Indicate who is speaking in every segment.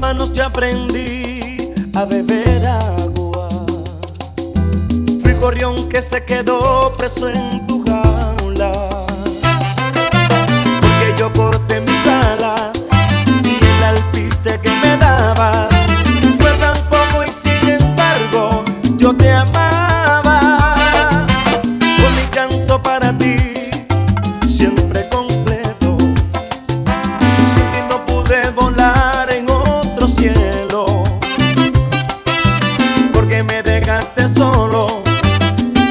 Speaker 1: manos yo aprendí a beber agua. Fui gorrión que se quedó preso en tu jaula. Porque yo corté mis alas y el alpiste que me daba fue tan poco y sin embargo yo te amaba. Fue mi canto para ti, siempre completo. Sin ti no pude volar en otro cielo. Porque me dejaste solo,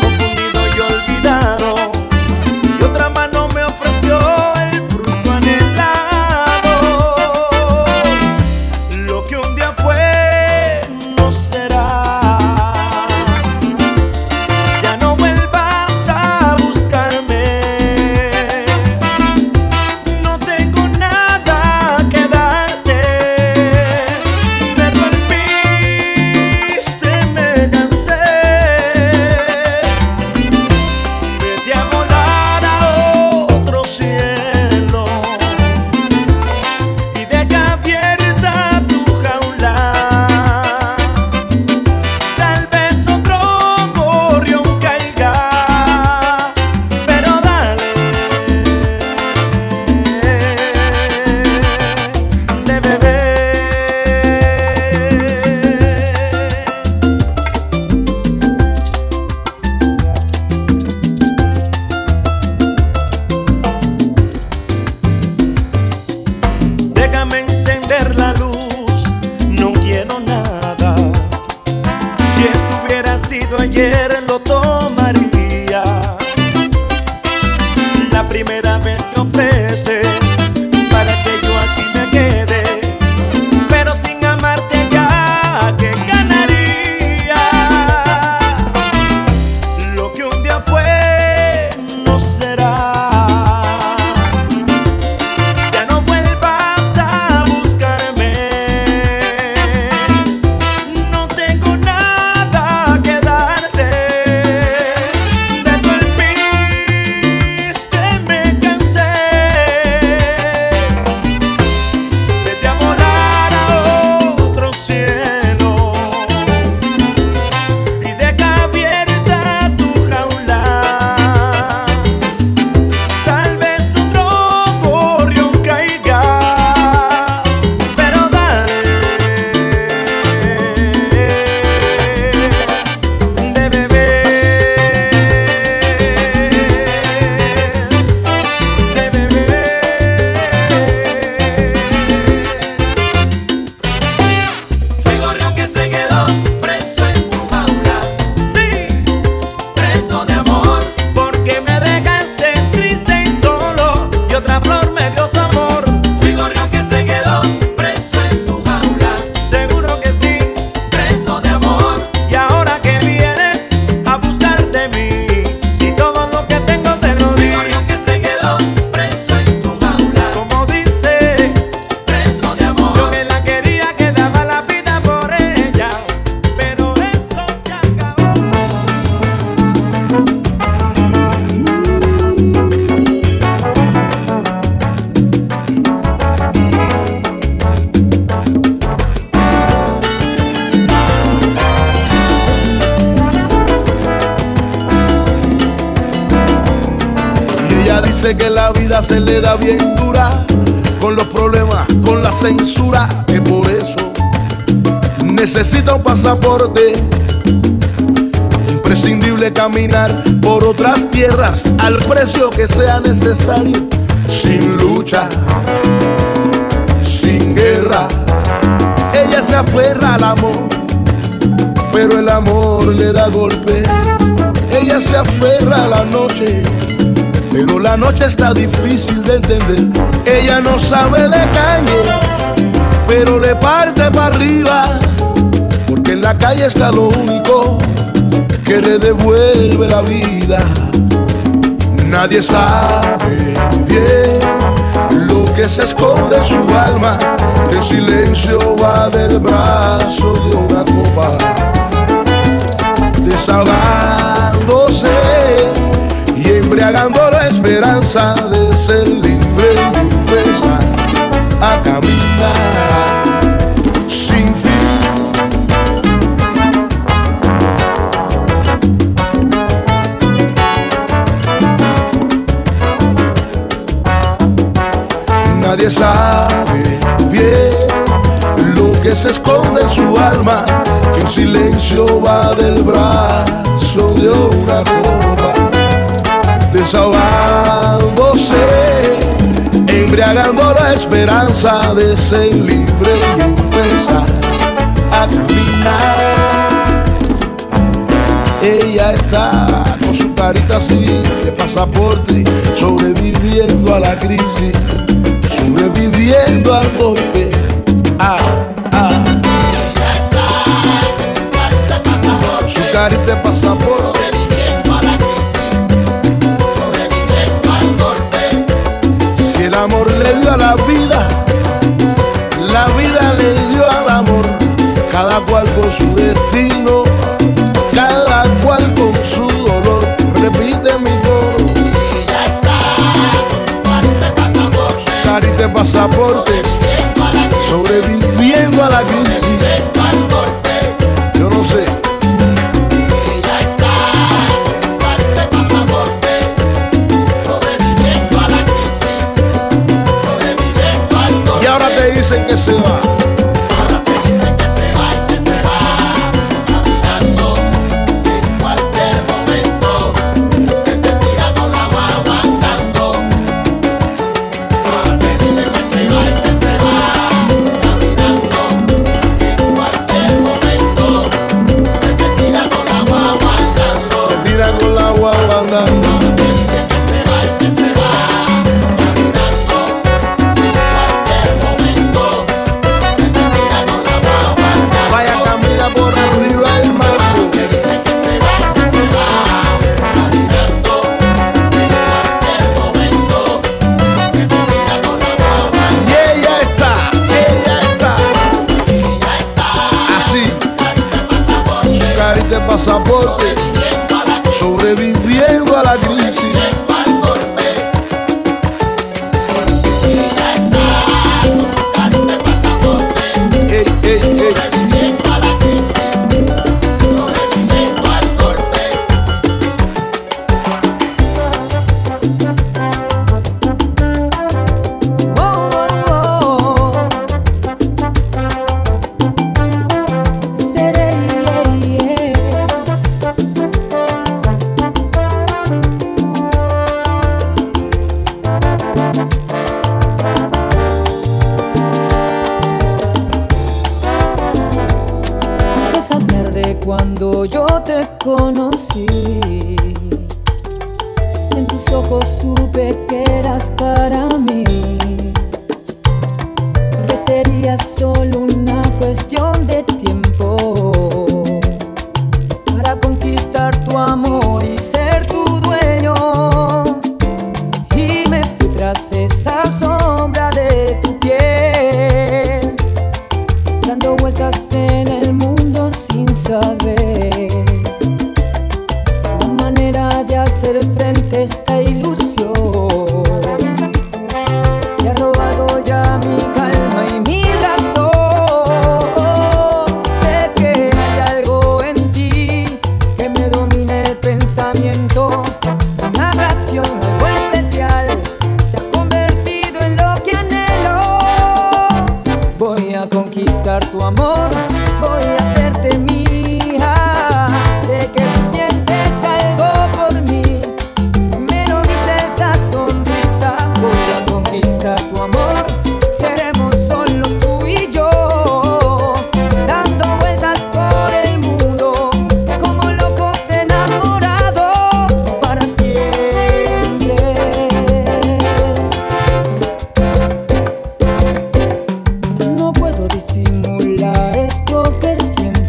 Speaker 1: confundido y olvidado. Y otra mano me ofreció el fruto anhelado. Lo que un día fue, no será. Ya no vuelvas a buscarme. No tengo nada que darte, me rompiste, me cansé. Vete a volar a otro cielo y deja abierta tu jaula. Tal vez otro gorrión caiga, pero dale de beber. Déjame encender la luz, no quiero nada. Si estuviera sido ayer lo tomaría. La primera vez que ofreces para que yo aquí me quede, pero sin amarte ya que ganaría. Lo que un día fue no será. Ya no vuelvas a buscarme. No tengo nada que darte. De tu alpiste me cansé. Vete a volar a otro cielo y deja abierta tu jaula. Tal vez otro gorrión caiga, pero dale de beber, de beber.
Speaker 2: Fue gorrión que se quedó preso en tu jaula,
Speaker 1: Sí,
Speaker 2: preso de amor.
Speaker 1: porque me dejaste triste y solo, y otra flor me dio su amor.
Speaker 2: Fue gorrión que se quedó preso en tu jaula,
Speaker 1: Seguro que sí.
Speaker 2: preso de amor.
Speaker 1: Y ahora que vienes a buscar de mí, si todo lo que tengo te lo
Speaker 2: Fue
Speaker 1: di,
Speaker 2: gorrión que se quedó preso en tu jaula,
Speaker 1: como dice,
Speaker 2: preso de
Speaker 1: yo
Speaker 2: amor.
Speaker 1: que la quería que daba la vida por ella, pero eso se acabó.
Speaker 3: Y ella dice que la vida se le da bien dura con los problemas, con la censura. Es por eso necesita un pasaporte. Imprescindible caminar por otras tierras al precio que sea necesario. Sin lucha, sin guerra, ella se aferra al amor, pero el amor le da golpe. Ella se aferra a la noche. Pero la noche está difícil de entender. Ella no sabe de calle, pero le parte para arriba. Porque en la calle está lo único que le devuelve la vida. Nadie sabe bien lo que se esconde en su alma. El silencio va del brazo de una copa desahogándose y embriagando la esperanza de ser libre y empresa a caminar nadie sabe bien lo que se esconde en su alma, que en silencio va del brazo de una copa, desahogándose, embriagando la esperanza de ser libre y empezar a caminar. Ella está con su carita así de pasaporte, sobreviviendo a la crisis, sobreviviendo al golpe. Ah, ah. Con su carita de pasaporte, si el amor le dio a la vida, la vida le dio al amor, cada cual con su destino, cada cual con su dolor. Repite mi coro. carita de pasaporte, sobreviviendo a la crisis. Yo no sé, y ahora te dicen que se va. Se tira con la guagua andando. Vaya camina por arriba el mango. Y ella está, ella está. Así. Su carita de pasaporte. Sobreviviendo a la crisis. Ey, ey, ey.
Speaker 4: Oh, oh, oh. Seré, yeah, yeah. Esa tarde cuando yo te conocí, en tus ojos supe que eras para mí, que sería solo una cuestión de tiempo para conquistar tu amor y ser tu dueño. Y me fui tras esa sombra de tu piel dando vueltas en el mundo sin saber la manera de hacer frente a esta ilusión que ha robado ya mi calma y mi razón sé que hay algo en ti que me domina el pensamiento una atracción algo especial te ha convertido en lo que anhelo Voy a conquistar tu amor, voy a hacerte mía. Sé que tú sientes algo por mí, me lo dice esa sonrisa. Voy a conquistar tu amor, seremos solo tú y yo. Dando vueltas por el mundo, como locos enamorados para siempre. No puedo disimular esto que siento.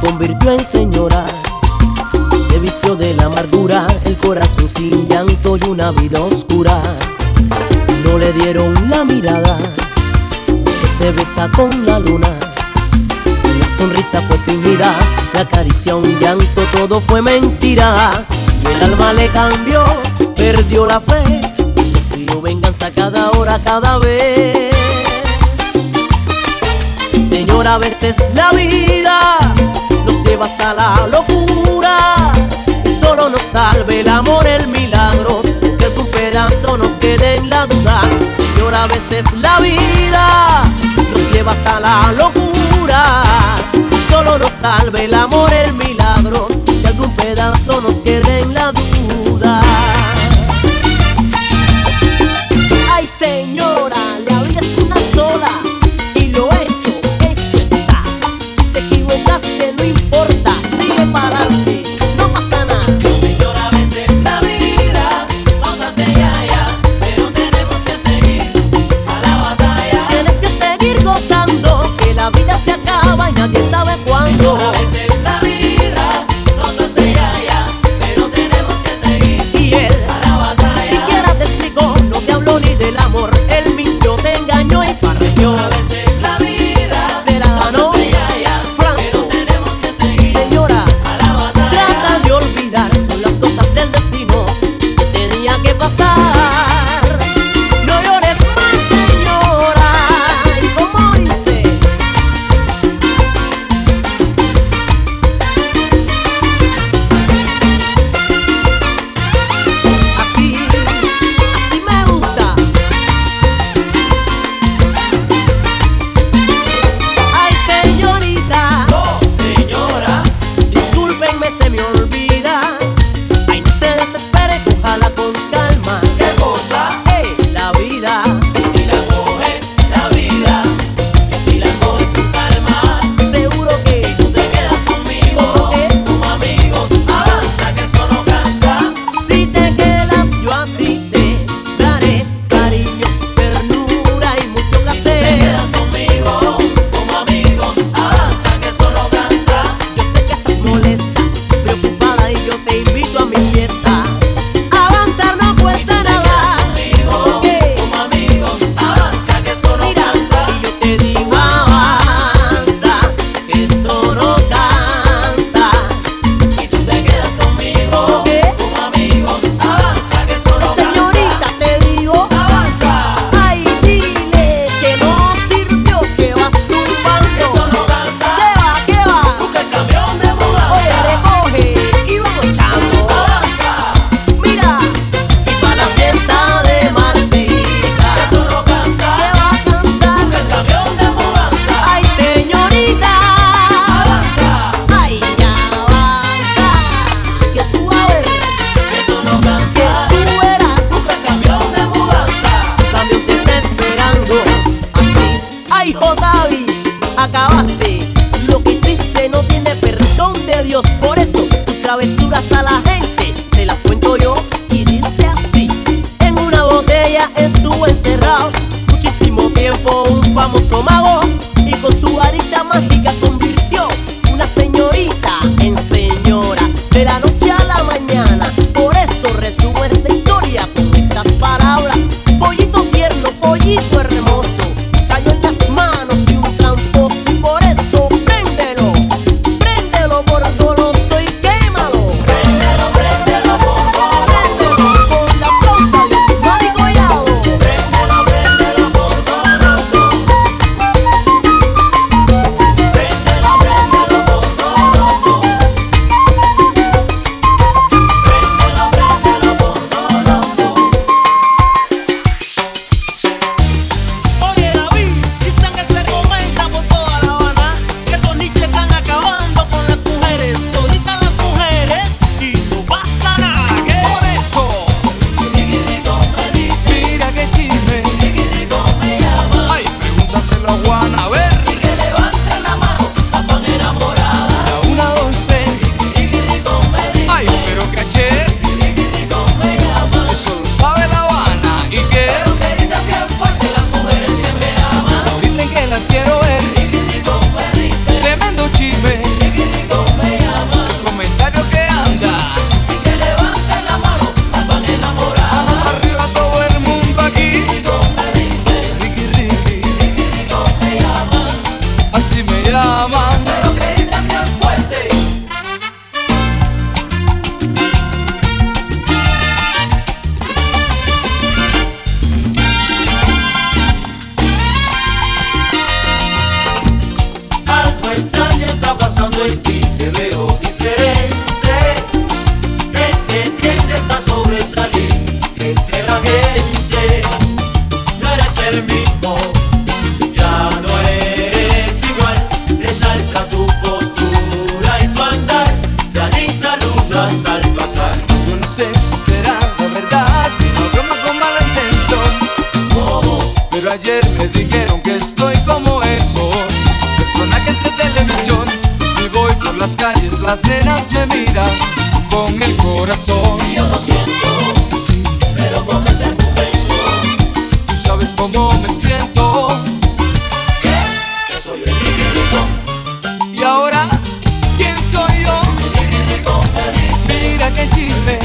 Speaker 5: convirtió en señora. Se vistió de la amargura, el corazón sin llanto y una vida oscura. No le dieron la mirada que se besa con la luna. La sonrisa fue fingida, la caricia un llanto, todo fue mentira. Y el alma le cambió, perdió la fe, respiró venganza cada hora, cada vez. Señor, a veces la vida nos lleva hasta la locura. Solo nos salve el amor, el milagro, que algún pedazo nos quede en la duda. Señor, a veces la vida nos lleva hasta la locura. Solo nos salve el amor, el milagro, que algún pedazo nos quede en la duda. Ay señora, la vida es una sola y lo hecho, hecho está. Si te equivocaste no importa, sigue para adelante, no pasa nada.
Speaker 2: Señor, a veces la vida nos hace ya, pero tenemos que seguir a la batalla.
Speaker 5: Tienes que seguir gozando, que la vida se acaba y nadie sabe cuándo.
Speaker 2: A veces la vida nos hace ya, pero tenemos que seguir
Speaker 5: Y él
Speaker 2: a la
Speaker 5: ni
Speaker 2: batalla.
Speaker 5: siquiera te explicó, no te habló ni del amor, él mintió, te engañó y partió.
Speaker 2: Señor, a veces la vida
Speaker 5: Se la ganó.
Speaker 2: nos hace ya, pero
Speaker 5: Franco.
Speaker 2: tenemos que seguir
Speaker 5: Señora,
Speaker 2: a la batalla.
Speaker 5: Trata de olvidar, son las cosas del destino que tenía que pasar. No llores más, señora. Y como dice, así, así me gusta. Ay, señorita.
Speaker 2: No, señora,
Speaker 5: Discúlpenme, se me olvida. Ay, no se desespere, cójala con calma.
Speaker 2: qué cosa.
Speaker 5: Ey, la vida
Speaker 2: Y si la coges la vida, y si la coges con calma,
Speaker 5: seguro que
Speaker 2: tú te quedas conmigo,
Speaker 5: Eh.
Speaker 2: como amigos, avanza que eso no cansa.
Speaker 5: si te quedas yo a ti te daré cariño, ternura y mucho
Speaker 2: Te
Speaker 5: placer.
Speaker 2: quedas conmigo, como amigos, avanza que eso no cansa.
Speaker 5: Yo sé que estás molesta, preocupada y yo te invito a mi fiesta. Avanzar no cuesta nada.
Speaker 2: Conmigo,
Speaker 5: Ey.
Speaker 2: como amigos, avanza que eso no
Speaker 5: Mira,
Speaker 2: cansa.
Speaker 5: y yo te digo avanza, que eso no cansa.
Speaker 2: Y tú te quedas conmigo,
Speaker 5: ¿Qué?
Speaker 2: como amigos, avanza que eso no
Speaker 5: Señorita,
Speaker 2: cansa.
Speaker 5: te digo,
Speaker 2: Avanza,
Speaker 5: ay, dile que no sirvió, que vas tumbando.
Speaker 2: eso no cansa.
Speaker 5: ¿Qué va, qué va?
Speaker 2: Busca el camión de
Speaker 5: Oye,
Speaker 2: mudanza.
Speaker 5: recoge y vamos echando.
Speaker 2: Avanza,
Speaker 5: Mira, y para la fiesta de Martita,
Speaker 2: que eso no
Speaker 5: te
Speaker 2: cansa.
Speaker 5: va a
Speaker 2: Busca
Speaker 5: cansar.
Speaker 2: el camión de mudanza.
Speaker 5: Ay, señorita,
Speaker 2: Avanza,
Speaker 5: ay, ya avanza, que tú a ver,
Speaker 2: que eso no
Speaker 5: que
Speaker 2: cansa.
Speaker 5: tú eras.
Speaker 2: Busca el camión de mudanza.
Speaker 5: camión te está esperando. Así, ay Jodavis, acabaste. Lo que hiciste no tiene perdón de Dios. Por eso tus travesuras a la gente se las cuento yo y dice así. En una botella estuvo encerrado muchísimo tiempo un famoso mago y con su varita mágica convirtió una señorita en señora de la noche a la mañana. Por eso resumo esta historia con estas palabras. Pollito tierno, pollito hermoso, cayó en las manos de un tramposo. Por eso préndelo, préndelo por goloso y quémalo.
Speaker 2: Préndelo, préndelo, bombón.
Speaker 5: Préndelo por la trompa de Osmar y Collado.
Speaker 2: Préndelo, préndelo, bombón. veo diferente Es que tiendes a sobresalir entre la gente No eres el mismo, ya no eres igual Resalta tu postura y tu andar Ya ni saludas al pasar
Speaker 6: Yo no sé si será la verdad, una broma con mala intención. Pero ayer me dijeron que estoy como esos personajes de televisión. Si voy por las calles, las nenas me miran con el corazón.
Speaker 2: Yo lo siento,
Speaker 6: Sí,
Speaker 2: pero con ese momento
Speaker 6: tú sabes cómo me siento.
Speaker 2: Que soy el individuo,
Speaker 6: Y ahora, ¿quién soy yo? Mira qué chisme.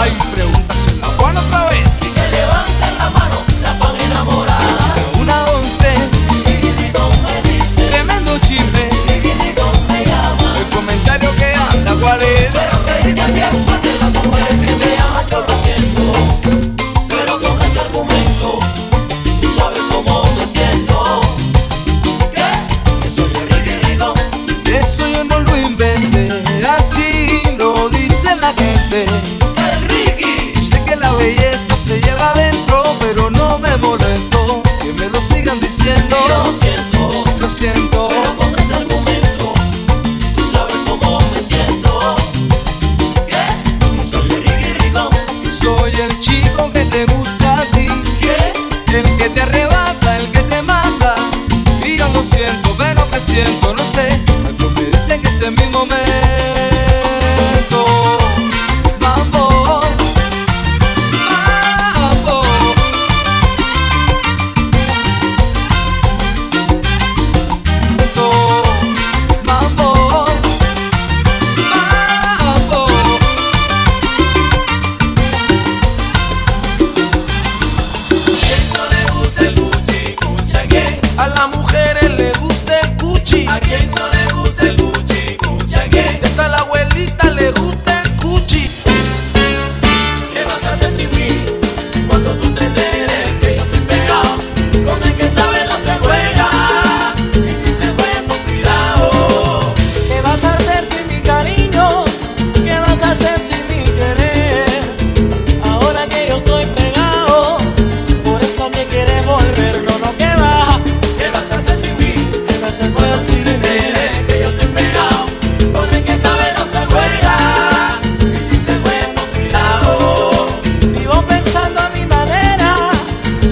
Speaker 6: Ay, pregúntaselo a Juan otra vez.
Speaker 2: que levantan la mano, la van enamorada
Speaker 6: Una, dos, tres.
Speaker 2: me dice
Speaker 6: Tremendo chisme,
Speaker 2: me llama
Speaker 6: el comentario que anda, ¿cuál es?
Speaker 2: Pero que irte a tiempo ante las mujeres que me aman yo lo siento Pero con ese argumento Tú sabes cómo me siento Que, que soy el individuo
Speaker 6: Eso yo no lo inventé, así lo dice la gente.
Speaker 2: El Ricky
Speaker 6: Yo sé que la belleza se lleva adentro, pero no me molesto que me lo sigan diciendo.
Speaker 2: Yo lo siento
Speaker 6: Lo siento,
Speaker 2: Pero con ese argumento Tú sabes cómo me siento Que, que soy el individuo
Speaker 6: soy el chico que te gusta a ti,
Speaker 2: Que,
Speaker 6: el que te arrebata, el que te mata. Y yo lo siento, pero me siento, no sé, algo me dice que este es mi momento. Mambo, mambo. Mambo, mambo.
Speaker 2: no le gusta el Gucci, Gucci que
Speaker 7: A las mujeres les gusta el cuchi.
Speaker 2: ¿A quién no le gusta el Gucci? Gucci que
Speaker 7: Hasta a la abuelita le gusta el cuchi.
Speaker 2: ¿Qué vas a hacer sin mí? Cuando tú te enteres que yo estoy pegado Con el que sabe no se juega Y si se juega es con cuidado
Speaker 1: ¿Qué vas a hacer sin mi cariño? ¿Qué vas a hacer sin mi querer? Ahora que yo estoy pegado, por eso me quieres volver. No, no, que va.
Speaker 2: ¿Qué vas a hacer sin mí?
Speaker 1: ¿Qué vas a hacer
Speaker 2: Cuando tú
Speaker 1: sin
Speaker 2: te enteres que yo estoy pegado Con el que sabe no se juega Y si se juega es con cuidado
Speaker 1: Vivo pensando a mi manera,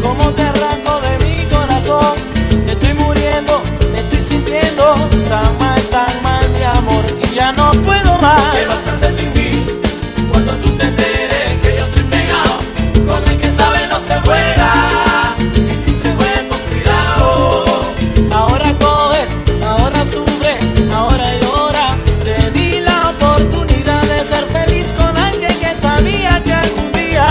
Speaker 1: como te arranco de mi corazón. Me estoy muriendo, me estoy sintiendo tan mal, tan mal, mi amor. Y ya no puedo más.
Speaker 2: ¿Qué vas a hacer sin mí? Cuando tú te enteres que yo estoy pegado Con el que sabe no se juega Y si se juega es con cuidado
Speaker 1: Ahora coges, ahora sufre, ahora llora. Te di la oportunidad de ser feliz con alguien que sabía que algún día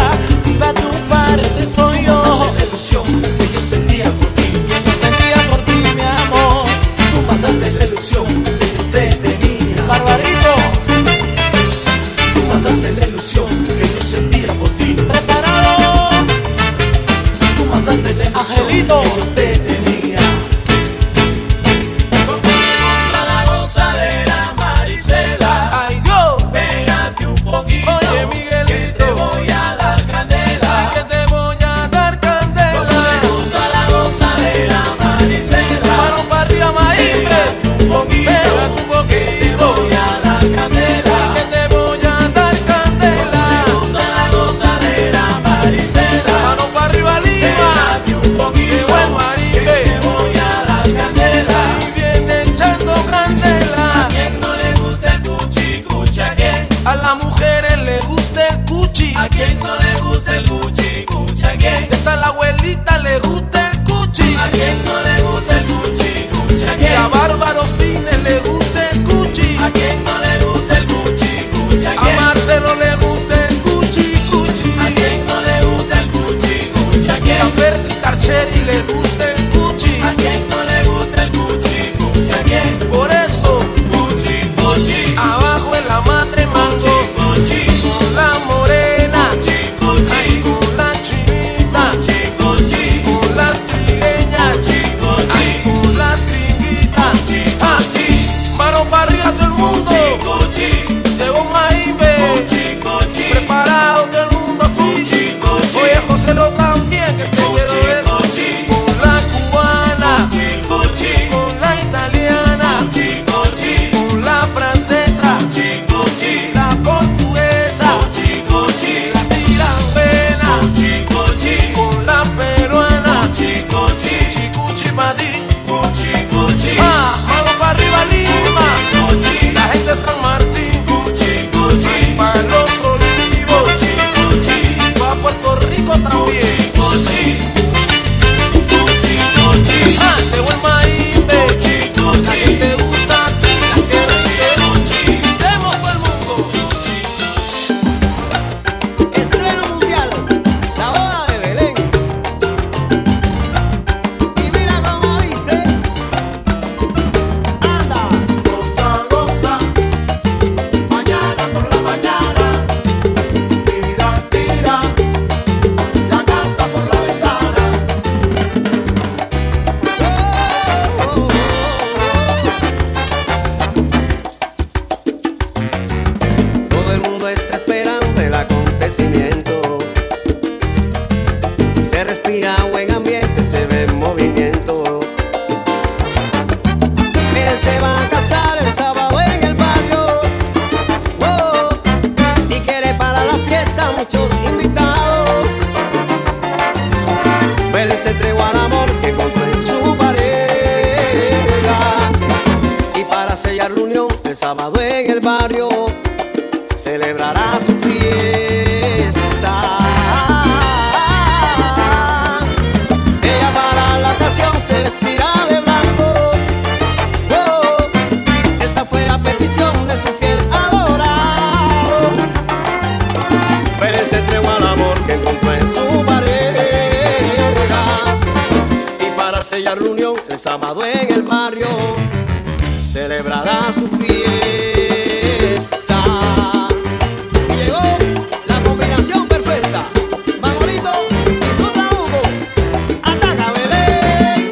Speaker 1: iba a triunfar. Ese soy yo.
Speaker 2: La ilusión que yo sentía por ti
Speaker 1: Yo no sentía por ti, mi amor.
Speaker 2: Tú mandaste la ilusión que yo te tenía
Speaker 1: Barbarito,
Speaker 2: Tú mandaste la ilusión que yo sentía por ti
Speaker 1: preparado.
Speaker 2: Tú mandaste la ilusión que
Speaker 1: Angelito.
Speaker 2: yo te tenía Compremos a la gozadera Marisela
Speaker 7: Ay, yo,
Speaker 2: Pégate un poquito
Speaker 7: Oye, Miguelito.
Speaker 2: Que te voy a dar candela
Speaker 7: que te voy a dar candela.
Speaker 2: Compremos a la gozadera Marisela
Speaker 7: Mano para arriba, maíz.
Speaker 2: Pégate un poquito
Speaker 7: Pégate un
Speaker 2: Que te
Speaker 7: poquito.
Speaker 2: voy a dar candela
Speaker 7: Que te voy a dar candela.
Speaker 2: Me gusta la gozadera Marisela
Speaker 7: Mano para arriba, lima.
Speaker 2: Pégate un poquito
Speaker 7: Igual, maribe.
Speaker 2: Te voy a dar candela
Speaker 7: Y viene echando candela.
Speaker 2: ¿Quién no le gusta el cuchi cuchi a quién?
Speaker 7: A las mujeres les gusta el cuchi.
Speaker 2: ¿A quién no le gusta el cuchi cuchi a quién?
Speaker 7: Hasta a la abuelita le gusta el cuchi.
Speaker 2: ¿A quién no le gusta el cuchi cuchi a
Speaker 7: Y a
Speaker 2: quién?
Speaker 7: Bárbaro Cines le gusta el cuchi.
Speaker 2: ¿A quién no le gusta el cuchi cuchi a
Speaker 7: A
Speaker 2: quién?
Speaker 7: Marcelo le gusta el cuchi cuchi.
Speaker 2: ¿A quién no le gusta el cuchi cuchi a
Speaker 7: Y a
Speaker 2: quién?
Speaker 7: Percy Tarcheri le gusta el cuchi.
Speaker 2: ¿A quién no le gusta el cuchi cuchi a quién?
Speaker 7: Por eso,
Speaker 2: Cuchi cuchi
Speaker 7: abajo en la madre mango.
Speaker 2: cuchi
Speaker 7: Con la morena,
Speaker 2: cuchi cuchi
Speaker 7: con la chinita,
Speaker 2: cuchi cuchi
Speaker 7: con
Speaker 1: Ah,
Speaker 8: Oh, sábado en el barrio celebrará su fiesta. Ella para la ocasión se vestirá de blanco. Oh, esa fue la petición de su fiel adorado. Pero ese tregua al amor que encontró en su pareja. Y para sellar la unión, el sábado en el barrio celebrará su fiesta. Y Llegó la combinación perfecta. Manolito y su trabuco. Ataca Belén.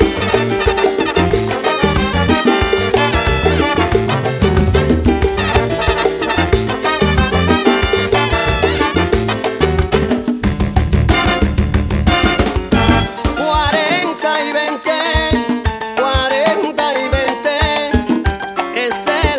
Speaker 8: Cuarenta y veinte, cuarenta y veinte, es el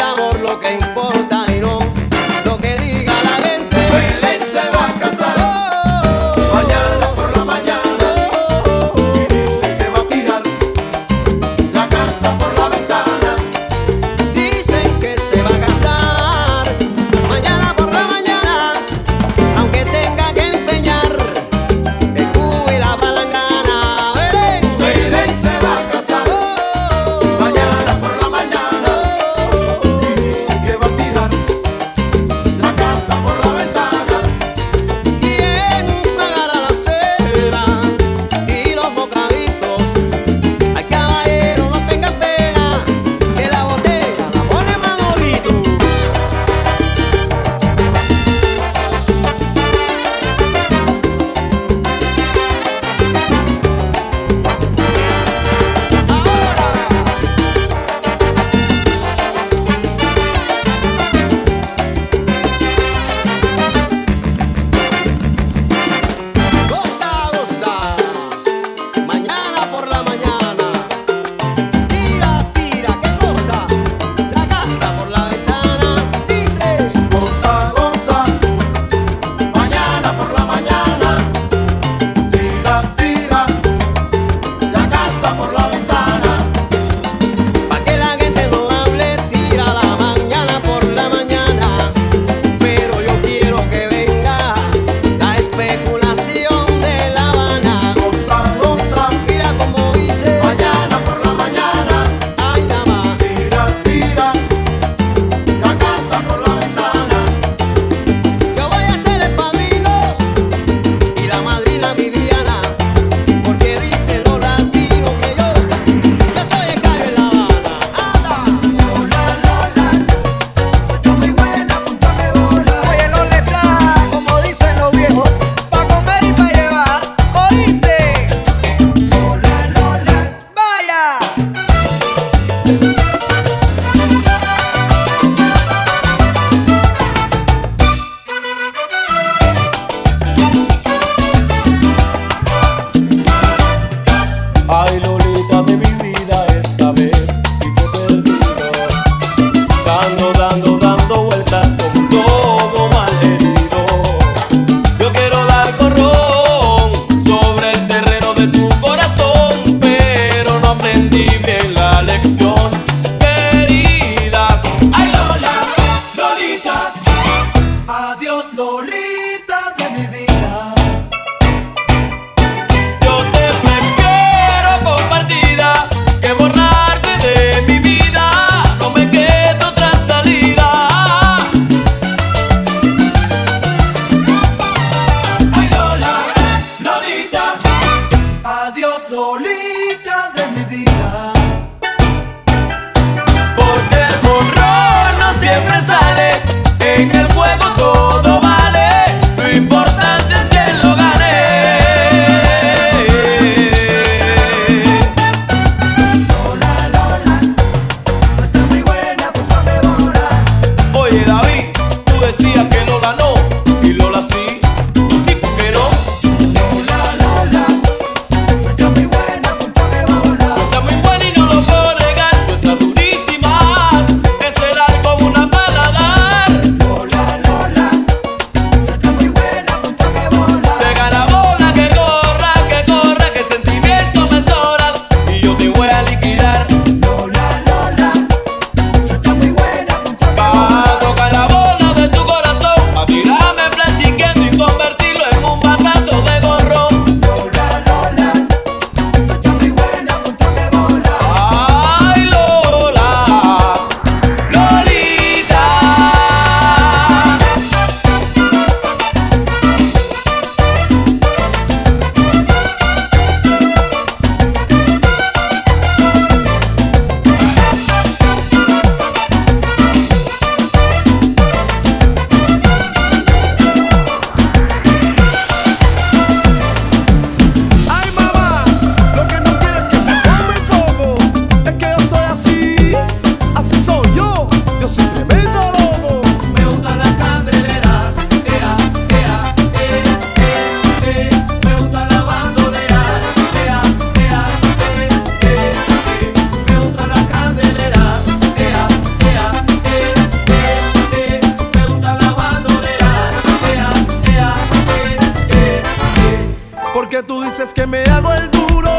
Speaker 1: veces que me hago el duro.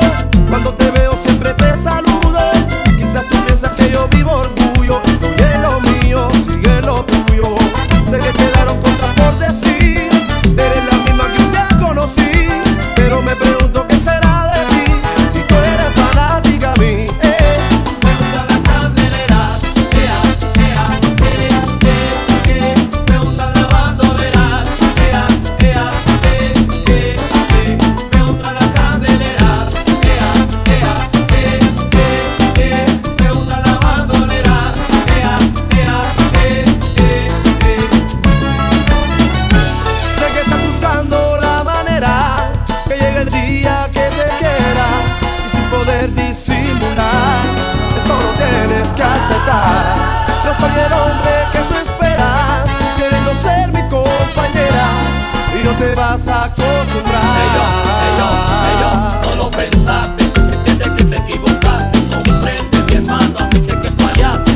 Speaker 1: Cuando te veo siempre te saludo. Quizás tú piensas que yo vivo orgullo. Sigue lo mío, sigue lo tuyo. Sé que quedaron cosas por decir. Eres la misma que un día conocí. Pero me pregunto qué será de ti. Si tú eres fanática a mí. eh.
Speaker 2: Me gusta la candelera, ea, ea, ea, ea, ea. Me gusta la bandolera, ea, ea, ea, ea, ea. Me gusta la candelera, ea, ea,
Speaker 1: eh,
Speaker 2: ea, ea, ea. Me gusta la bandolera, ea, ea, ea, ea, ea.
Speaker 1: Sé que estás buscando la manera que llegue el día que te quiera y sin poder disimular, eso lo tienes que aceptar. Yo soy el hombre que tú esperas, queriendo ser mi compañera y no te vas a acostumbrar.
Speaker 2: No lo pensaste, entiendes que te equivocaste, comprende mi hermano, admite que fallaste,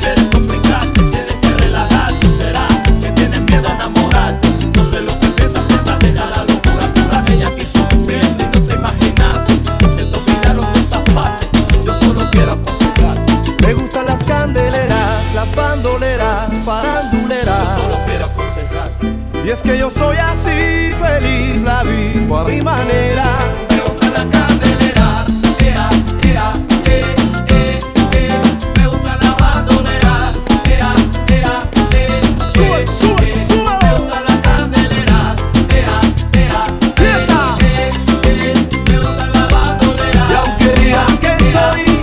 Speaker 2: quieres complicarte, tienes que relajarte, será que tienes miedo a enamorarte, no sé lo que piensas, pensaste en la locura pura, ella quiso cumplirte y no te imaginaste, se te olvidaron esas partes, yo solo quiero aconsejarte,
Speaker 1: Me gustan las candeleras, las bandoleras,
Speaker 2: yo
Speaker 1: faranduleras.
Speaker 2: solo quiero aconsejarte,
Speaker 1: Y es que yo soy así, feliz, la vivo a mi manera.
Speaker 2: me gusta la candelera, ea, ea, eh, eh, eh, me gusta la bandolera, ea, ea, eh.
Speaker 1: Sube, sube,
Speaker 2: Me
Speaker 1: sube.
Speaker 2: gustan las candeleras, ea, ea,
Speaker 1: Fiesta.
Speaker 2: eh, eh. Me gustan las bandoleras,
Speaker 1: Y
Speaker 2: e,
Speaker 1: aunque digan que soy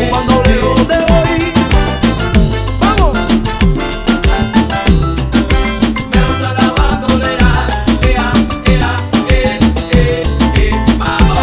Speaker 1: un bandolero de hoy, vamos. e,
Speaker 2: me gustan las bandoleras, ea, ea, eh, eh,
Speaker 1: e,
Speaker 2: eh.
Speaker 1: oh,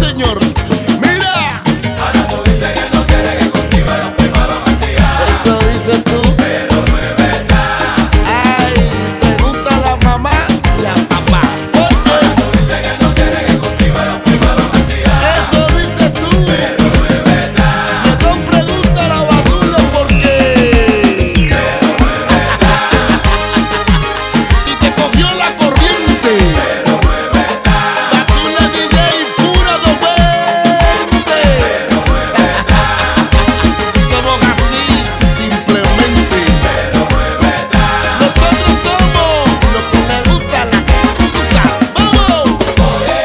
Speaker 7: señor. Mira,
Speaker 9: Eso dices tú. Pero no es verdad. Ay, pregunta a la mamá y al papá. Porque
Speaker 7: eso dices tú.
Speaker 9: no pregunta a la basura porque
Speaker 7: Y te cogió la corriente. Batula DJ pura dopente. Somos así, simplemente. Nosotros somos lo que le gusta a la cosa. ¡Vamos! Oye.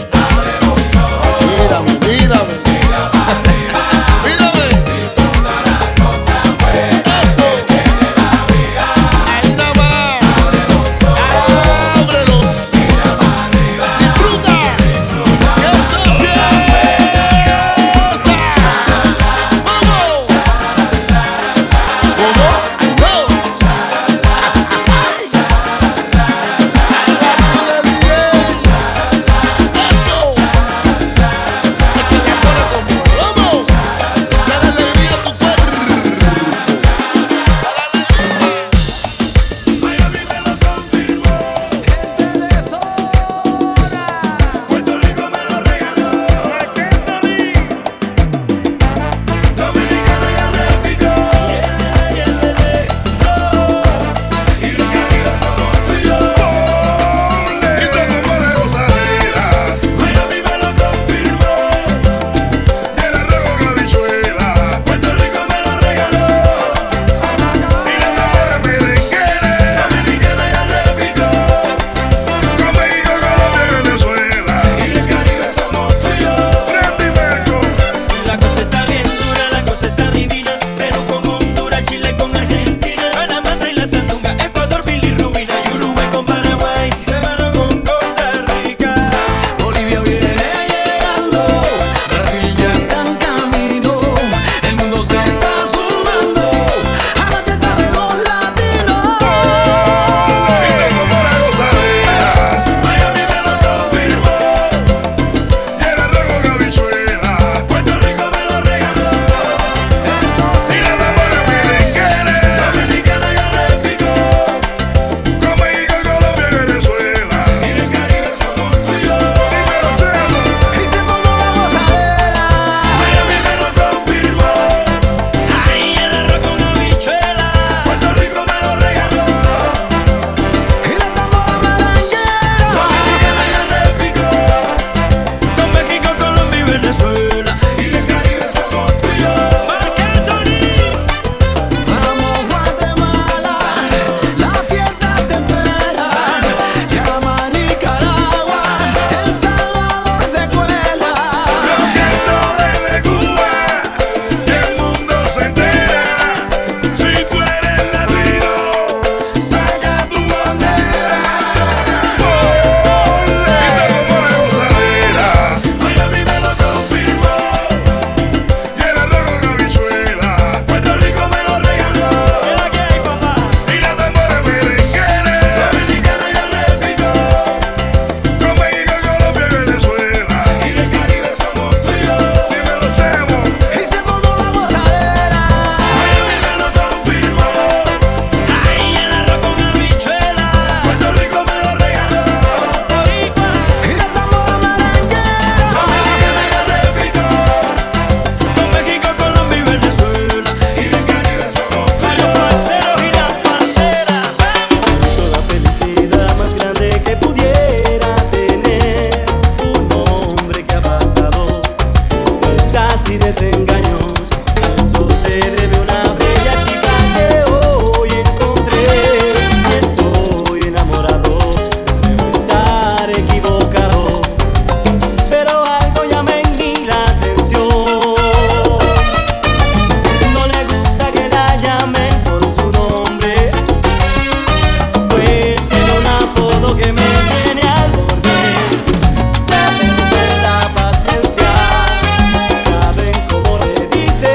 Speaker 7: Mírame, mírame. Mírame. Eso. Ahí nada más, ábrelos, disfruta, que esta fiesta, vamos, ¿cómo? No, ay, ay, eso, es que la cola como, vamos, dale alegría a tu cuerpo,
Speaker 2: Hizo como la gozadera Miami me lo confirmó Era rojo con habichuela Puerto Rico me lo regaló Y la mamá merenguera Dominicana ya repito Con México, Colombia, Venezuela Y el Caribe somos tú y yo Randy Marco
Speaker 1: La cosa está bien dura, la cosa está divina. Perú con Honduras, Chile con Argentina. Panamá trae la sandunga, Ecuador, bilirrubina. Y Uruguay con Paraguay, Líbano con Costa Rica.
Speaker 9: Bolivia viene llegando, Brasil ya está en camino, el mundo se está sumando a la fiesta de los latinos.
Speaker 2: Hizo como la gozadera Miami me lo confirmó Era rojo con habichuela Puerto Rico me lo regaló Y la demora merenguera Dominicana ya repito Con México, Colombia y Venezuela Y el Caribe somos tú y yo Miami me lo confirmó
Speaker 1: Ahí el arroz con habichuela.
Speaker 2: Puerto Rico me lo regaló Dominicana ya repito
Speaker 1: Con México, Colombia y Venezuela.
Speaker 2: Y el Caribe somos tú y yo
Speaker 9: Vamos Guatemala, la fiesta te espera. Llama a Nicaragua, El Salvador se cuela.
Speaker 2: Rompiendo desde Cuba, el mundo se entera. Si tú eres latino, saca tu bandera. Hizo como la gozadera, Miami me lo confirmó. Y era rojo con habichuela, Puerto Rico me lo regaló.
Speaker 1: Mira que hay papá.
Speaker 2: Y la tambora merenguera, Dominicana ya repito. Con México, Colombia y Venezuela. Y del Caribe somos tú y yo. Dímelo, Chemo. Miami me lo confirmó.
Speaker 1: Ahí el arroz con habichuela.
Speaker 2: Puerto Rico me lo regaló. Dominicana ya repito.
Speaker 1: Con México, Colombia y Venezuela.
Speaker 2: Y del Caribe somos tú
Speaker 1: A
Speaker 2: y yo.
Speaker 1: los parceros y las parceras. Toda felicidad más grande que pudiera tener un hombre que ha pasado fuerzas y desengaños. Eso se debe a una bella chica que hoy encontré. Y Estoy enamorado, debo estar equivocado, pero algo llama en mí la atención. No le gusta que la llamen por su nombre Pues tiene un apodo que me tiene al borde Ya perder la paciencia Saben cómo no Este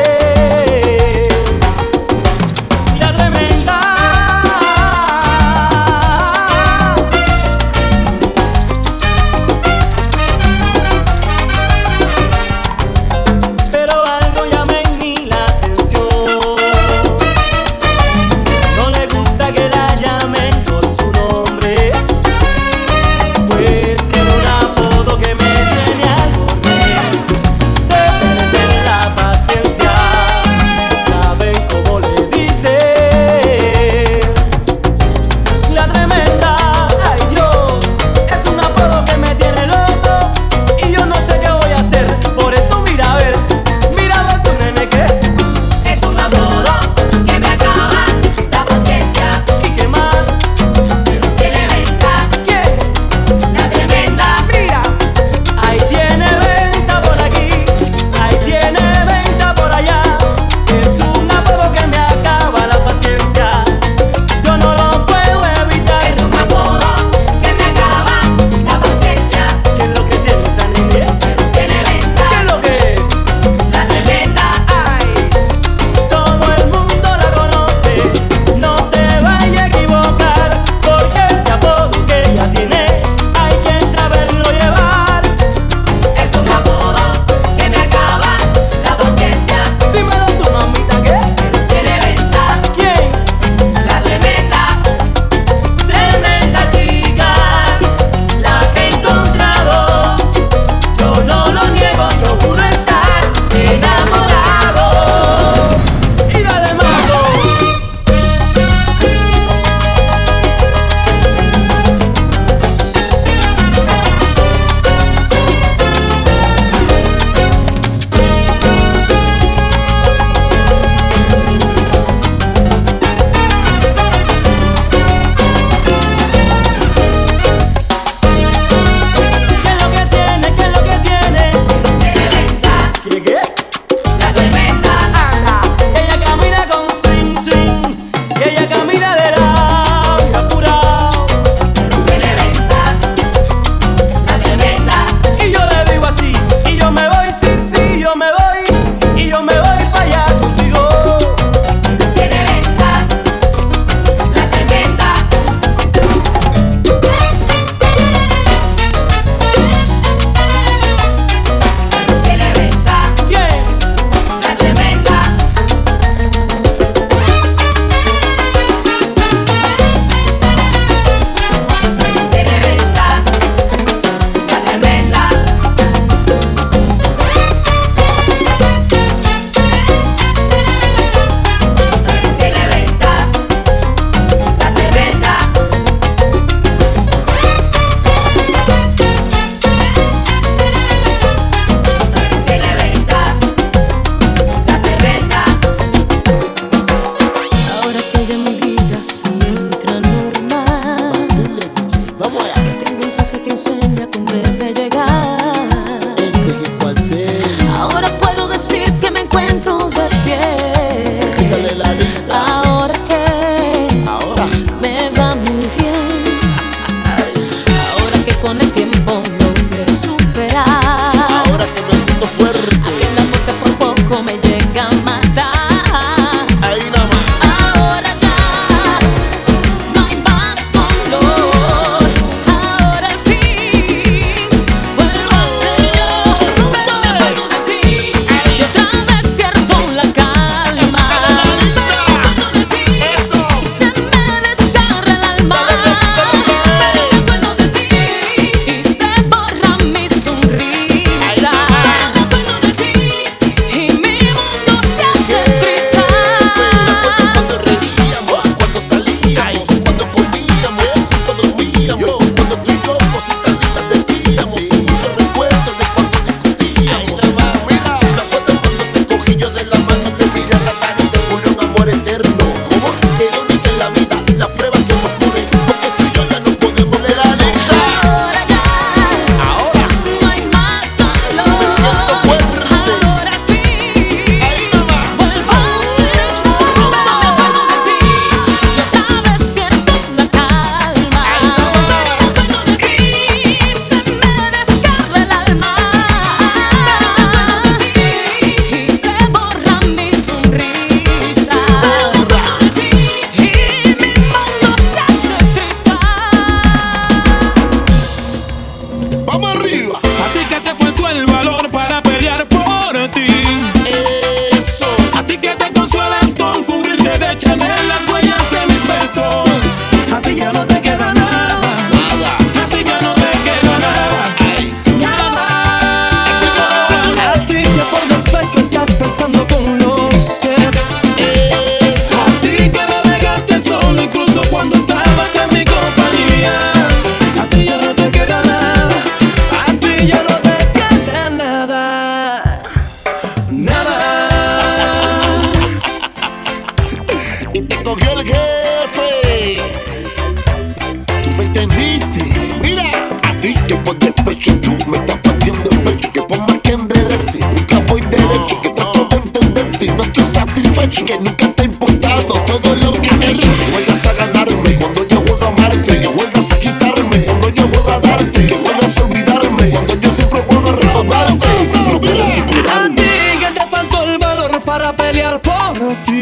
Speaker 10: ti.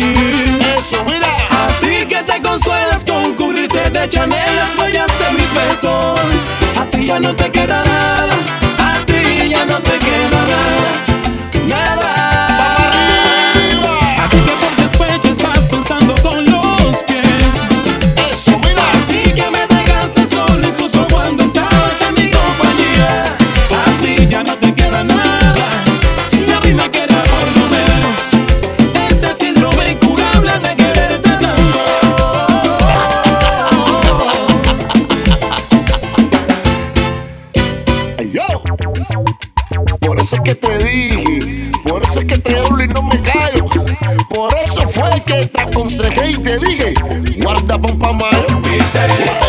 Speaker 11: Eso, mira.
Speaker 10: A ti que te consuelas con cubrirte de Chanel las huellas de mis besos. A ti ya no te queda nada, a ti ya no te queda nada, nada. A ti que por despecho estás pensando con los pies.
Speaker 11: Eso, mira.
Speaker 10: A ti que me dejaste solo incluso cuando estabas en mi compañía. A ti ya no te queda nada, y a mí me queda por lo menos este síndrome incurable de quererte tanto.
Speaker 11: Ay, yo. Por eso es que te dije, por eso es que te hablo y no me callo. Por eso fue que te aconsejé y te dije, guarda pompa mayo.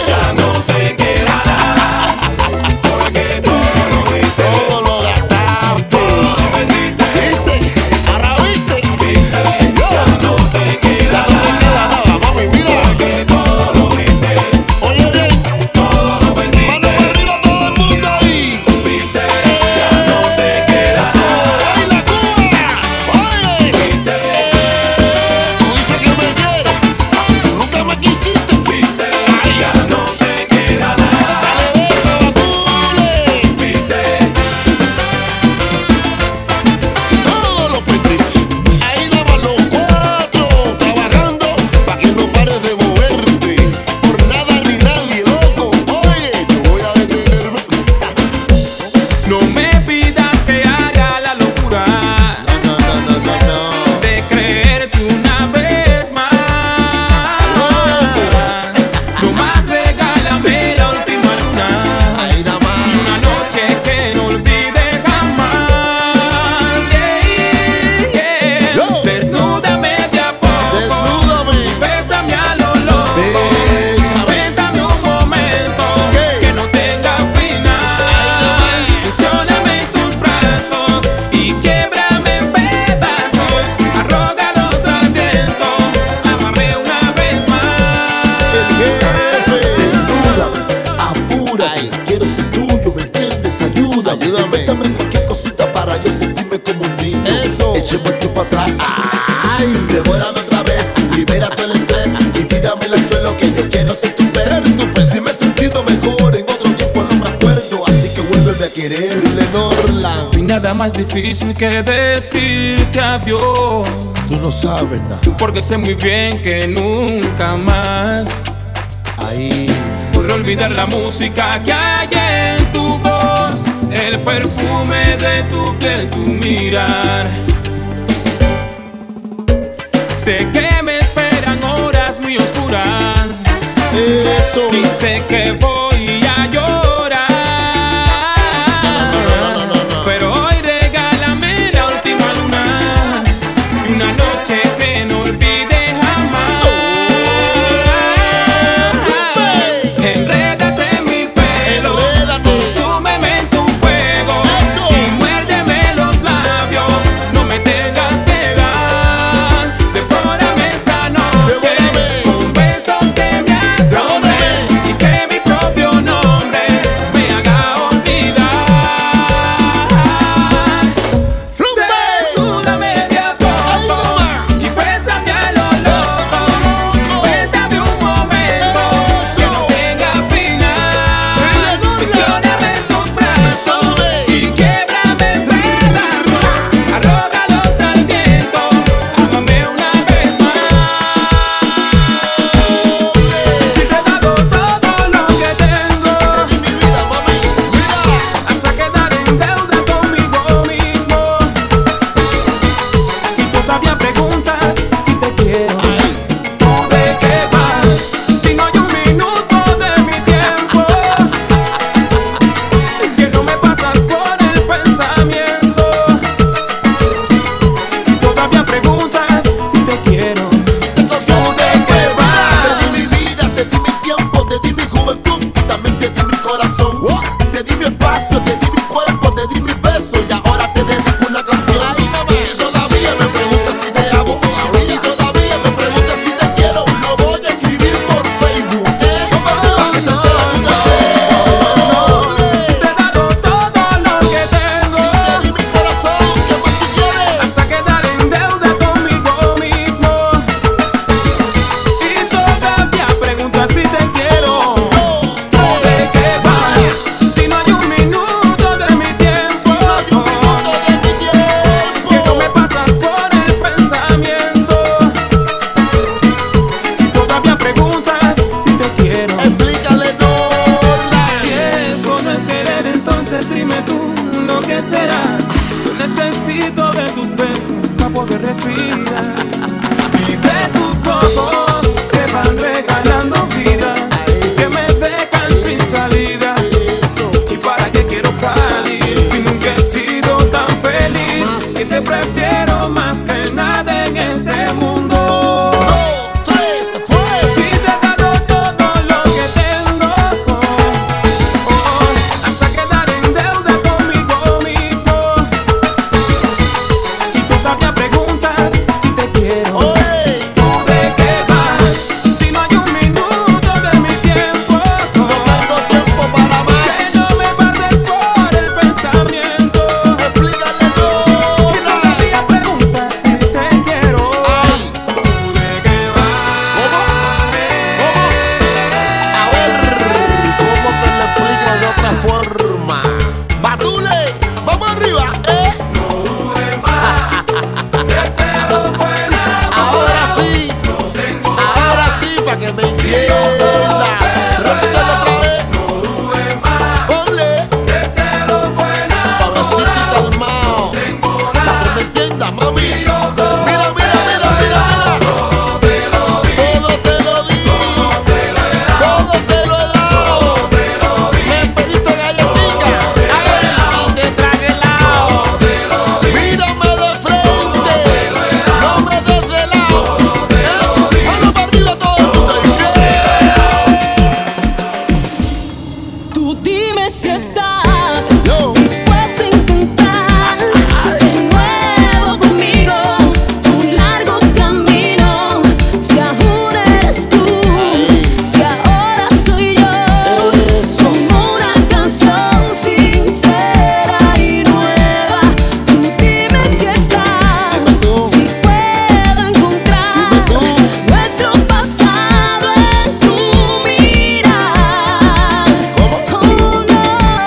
Speaker 10: Ya no te queda nada, porque todo lo viste,
Speaker 11: Todo lo gastaste.
Speaker 10: lo vendiste,
Speaker 11: ¿Viste? Ahora viste.
Speaker 10: viste, ya no te
Speaker 11: Ya no te
Speaker 10: queda
Speaker 11: queda nada, mami, mira.
Speaker 10: que todo lo viste,
Speaker 11: Oye bien,
Speaker 10: todo lo
Speaker 11: mano
Speaker 10: vendiste,
Speaker 11: para arriba todo el mundo ahí.
Speaker 10: viste, ya no te queda
Speaker 11: ¡Baila Cuba! ¡Oye! Tú dices que me quieres, nunca me quisiste.
Speaker 10: viste, ya no te queda nada,
Speaker 11: Dale esa batule.
Speaker 10: viste,
Speaker 11: Todo lo perdiste. Ahí daban los cuatro trabajando para que no pares de moverte. Por nada ni nadie, loco. Oye, yo voy a detenerme.
Speaker 10: no me pidas que haga la locura.
Speaker 11: No, no, no, no, no.
Speaker 10: de creerte una vez más. No más regálame la última luna
Speaker 11: Ahí nada
Speaker 10: y
Speaker 11: más.
Speaker 10: una noche que no olvide jamás. Yeah, yeah.
Speaker 11: Yo.
Speaker 10: Desnúdame de a poco,
Speaker 11: Desnúdame.
Speaker 10: bésame a lo loco.
Speaker 11: Bésame.
Speaker 10: Invéntame un momento
Speaker 11: ¿Qué?
Speaker 10: que no tenga final. Ilusioname en tus brazos y quiebrame en pedazos. Arrógalos al viento, amame una vez
Speaker 11: El
Speaker 10: más.
Speaker 11: jefe.
Speaker 7: Desnúdame, apura, quiero ser tuyo, ¿me entiendes? Ayúdame,
Speaker 11: Ayúdame.
Speaker 7: Dame cualquier cosita para yo sentirme como un niño.
Speaker 11: Eso.
Speaker 7: Echemos esto para atrás. Ay, devórame otra vez, libérate el estrés y tírame al suelo que yo quiero ser tu pez. tu Si me he sentido mejor en otro tiempo no me acuerdo, así que vuélveme a querer. Lenorland,
Speaker 10: No hay nada más difícil que decirte adiós,
Speaker 7: tú no sabes nada.
Speaker 10: porque sé muy bien que nunca más
Speaker 7: Ahí,
Speaker 10: podré olvidar la música que hay en tu voz, el perfume de tu piel, tu mirar. Sé que me esperan horas muy oscuras
Speaker 11: Eso.
Speaker 10: y sé que voy a llorar. Pero hoy regálame la última luna y una noche que no olvide jamás. Enrédate en mi pelo,
Speaker 11: Enrédate.
Speaker 10: consúmeme en tu fuego
Speaker 11: Eso.
Speaker 10: y muérdeme los labios. No me tengas que dar, devórame esta noche
Speaker 11: Devórame.
Speaker 10: con besos que me asombren
Speaker 11: Devórame.
Speaker 10: y que mi propio Necesito de tus besos para poder respirar Y de tus ojos que van regalando vida Que me dejan sin salida ¿Y para qué quiero salir si nunca he sido tan feliz? Y te prefiero más que nada en este mundo Si te he dado todo lo que tengo oh, Hasta quedar en deuda conmigo mismo y todavía preguntas si te quiero. ¿De qué vas? Si no hay un minuto de mi tiempo. No tengo tiempo para más. Que no me pases por el pensamiento. Explícale todo. Y todavía preguntas si te quiero. ¿De qué vas?
Speaker 7: A ver, ¿cómo te lo explico de otra forma? ¡Batule! ¡Vamos arriba! ¿eh? Ahora sí, ahora sí, para que me entiendas. Repítelo otra vez. Ponle. Suavecito y calmado. Para que me entiendas, mami. Mira, mira, mira, mira, mira. Todo te lo di. Todo te lo he dado. Me pediste galletica. Ay, te traje helado. Mírame de frente. No me des de lado. Mano para arriba todo el mundo.
Speaker 2: Tú dime si estás
Speaker 7: Yo.
Speaker 2: dispuesto a intentar de nuevo conmigo un largo camino. Si aún eres tú, si ahora soy yo, como una canción sincera y nueva. Tú dime si estás, si puedo encontrar nuestro pasado en tu mirar. Oh no, tu mirar.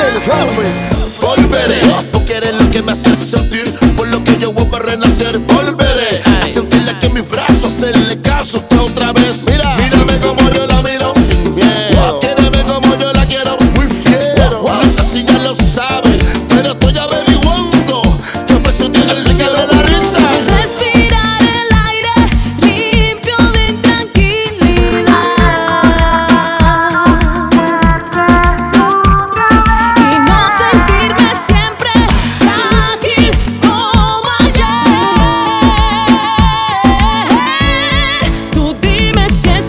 Speaker 7: El jefe, volveré. Tú quieres lo que me hace sentir, por lo que yo voy a renacer. Volveré a sentirle que mis brazos hacerle caso usted otra vez. Mira, mírame como yo la miro, sin miedo. Quéreme como yo la quiero, muy fiero. No sé si ya lo saben, pero estoy averiguando que precio tiene el que de la risa.
Speaker 2: Respirar el aire limpio de tranquilidad y no sentirme siempre frágil como ayer. Tú dime Oh,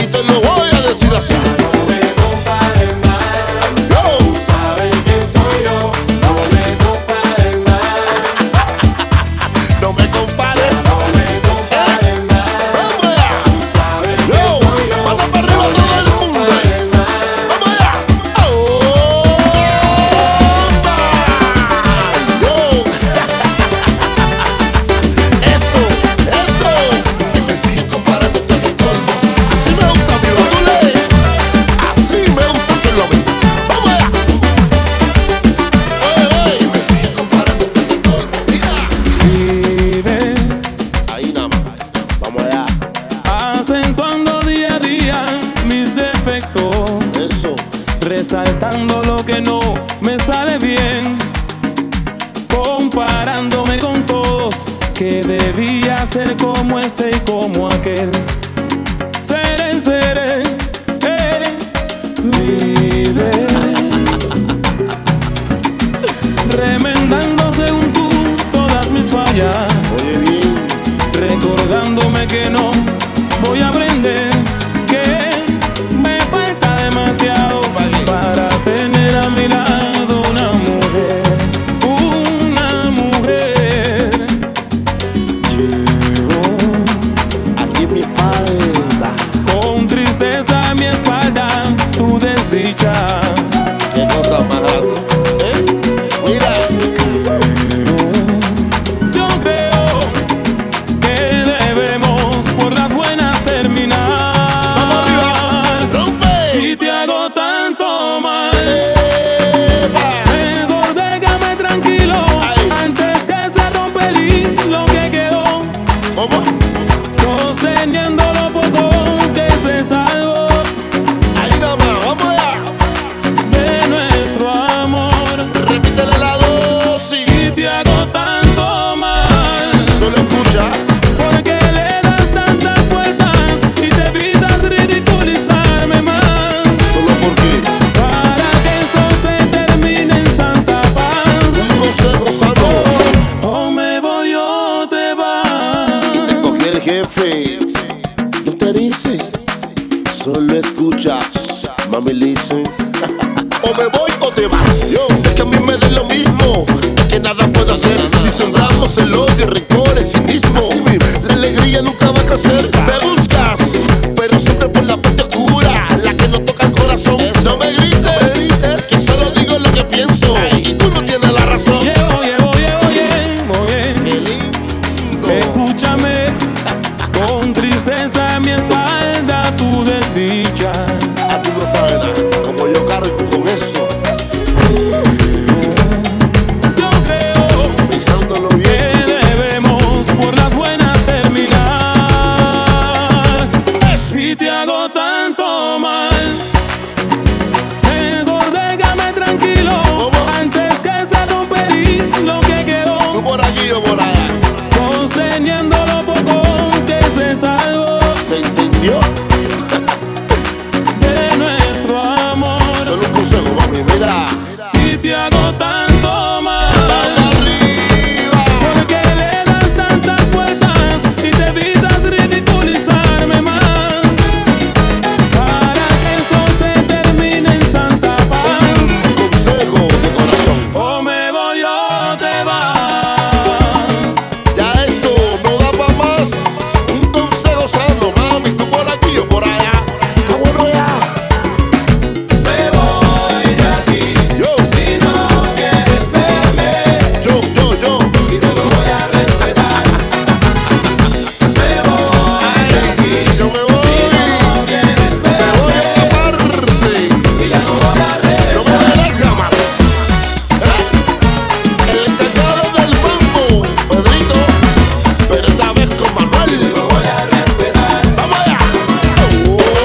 Speaker 7: casa. No me comparen más. Saben quién soy yo. No me comparen más. No me compares. No me comparen más. Saben quién soy yo. Manda para arriba todo el mundo. Vamos allá. Oh, Eso, eso. Y me siguen comparando todo el polvo. Así me gusta mi badule. Así me gusta hacerlo a mí. Vamos allá. Ey, ey. Y me siguen comparando todo el polvo. Mira. Ahí nada más. Vamos allá.
Speaker 10: acentuando día a día mis defectos. Resaltando lo que no me sale bien, comparándome con todos que debía ser como este y como aquel. Seré, seré, eh, vives remendando según tú todas mis fallas. Recordándome que no voy a aprender que me falta demasiado para tener a mi lado una mujer, una mujer. Llevo aquí mi espalda con tristeza en mi espalda tu desdicha. Qué cosa más Mira, yo creo que debemos por las buenas terminar. Si te hago tanto mal, mejor déjame tranquilo antes que se rompa el hilo que quedó. Sosteniendo lo poco que se salvó. De nuestro amor. Repítele la dosis. Si te hago tanto mal. Solo escucha. Porque le das tantas vueltas y te evitas ridiculizarme más. Solo porque. Para que esto se termine en santa paz. Un consejo sano. O me voy o te vas.
Speaker 12: Te cogí el jefe. Yo te dice. Solo escuchas. Mami, listen.
Speaker 7: O me voy o te vas. Es que a mí me da lo mismo. Es que nada puedo hacer. Si sembramos el odio, rencor, el cinismo. La alegría nunca va a crecer. Me buscas, pero siempre por la parte oscura. La que no toca el corazón. No me grites, que solo digo lo que pienso. Y tú no tienes la razón.
Speaker 10: Llevo, llevo, llevo, llevo, llevo. Escúchame, con tristeza en mi espalda tu desdicha.
Speaker 7: A ti no Ah, sabes nada, como yo cargo con eso.
Speaker 10: Yo creo, pensándolo bien, que debemos por las buenas terminar. Si te hago tanto mal, mejor déjame tranquilo antes que se rompa el hilo que quedó. Tú
Speaker 7: por aquí, yo por allá.
Speaker 10: Sosteniendo lo poco que se salvó.
Speaker 7: ¿Se entendió?
Speaker 10: de nuestro amor.
Speaker 7: Solo un consejo, mami, mira.
Speaker 10: Si te hago tanto mal, porque le das tantas vueltas y te evitas ridiculizarme más. Para que esto se termine en santa paz.
Speaker 7: Consejo de corazón.
Speaker 10: O me voy o te vas.
Speaker 7: Ya esto no da pa' más. Un consejo sano, mami, tú por aquí, yo por allá. Te vuelvo ya.
Speaker 10: Me voy de aquí.
Speaker 7: Yo,
Speaker 10: Si no quieres verme,
Speaker 7: yo, yo, yo.
Speaker 10: y te voy a respetar. Me voy de aquí.
Speaker 7: Yo me voy.
Speaker 10: No quieres verme.
Speaker 7: Me voy a escaparte. No me verás jamás. ¿Eh? El encargado del banco, Pedrito. Pero esta vez con Manuel.
Speaker 10: Lo voy a respetar.
Speaker 7: ¡Vamos allá! ¡Opa!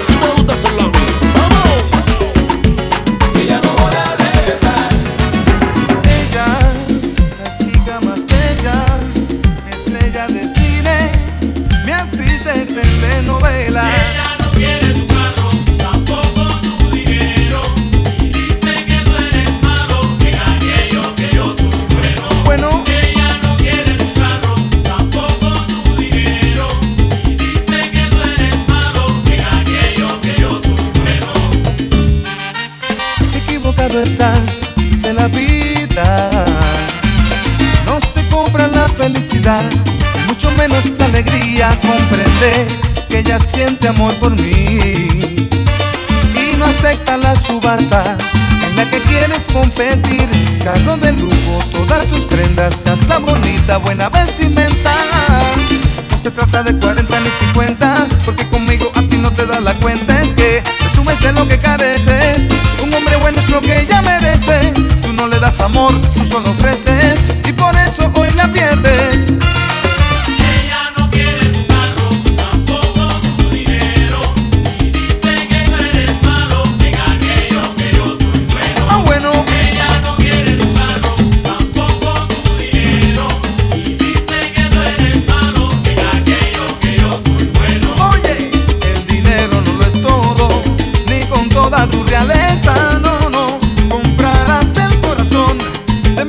Speaker 7: Así me gusta hacerlo a mí. ¡Vamos!
Speaker 10: Y ya no voy a regresar.
Speaker 6: Ella, la chica más bella, estrella de cine, mi actriz de telenovela.
Speaker 2: Ella no quiere tu carro, tampoco tu dinero. Y dice que tú eres malo en aquello que yo soy bueno.
Speaker 6: Bueno,
Speaker 2: Ella no quiere tu carro, tampoco tu dinero. Y dice que tú eres malo
Speaker 6: no estás en la vida. No se compra la felicidad, mucho menos la alegría. Comprende que ella siente amor por mí y no acepta la subasta en la que quieres competir. Carro de lujo, todas tus prendas, casa bonita, buena vestimenta. No se trata de 40 ni 50, porque conmigo a ti no te da la cuenta. Es que presumes de lo que careces. Un hombre bueno es lo que ella merece. Tú no le das amor, tú solo ofreces. Y por eso hoy la pierdes.
Speaker 10: Ella no quiere tu carro, tampoco tu dinero Y dice que no eres malo en aquello que yo soy bueno
Speaker 6: Ah bueno
Speaker 10: Ella no quiere tu carro, tampoco tu dinero Y dice que no eres malo en aquello que yo soy bueno
Speaker 6: Oye, el dinero no lo es todo, ni con toda tu realeza, no, no. Comprarás el corazón
Speaker 7: pues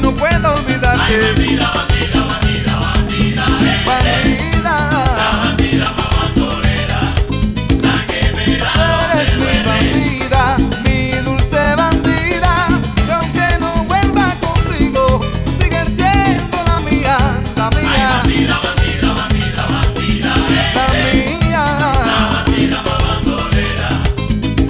Speaker 13: calle. Bandida, bandida, bandida, bandida. La bandida más bandolera, la que me da
Speaker 6: Eres mi bandida, mi dulce bandida, que aunque no vuelva contigo, sigue siendo la mía, la mía. bandida, bandida, bandida, bandida,
Speaker 13: eh,
Speaker 6: la mía. La bandida más bandolera,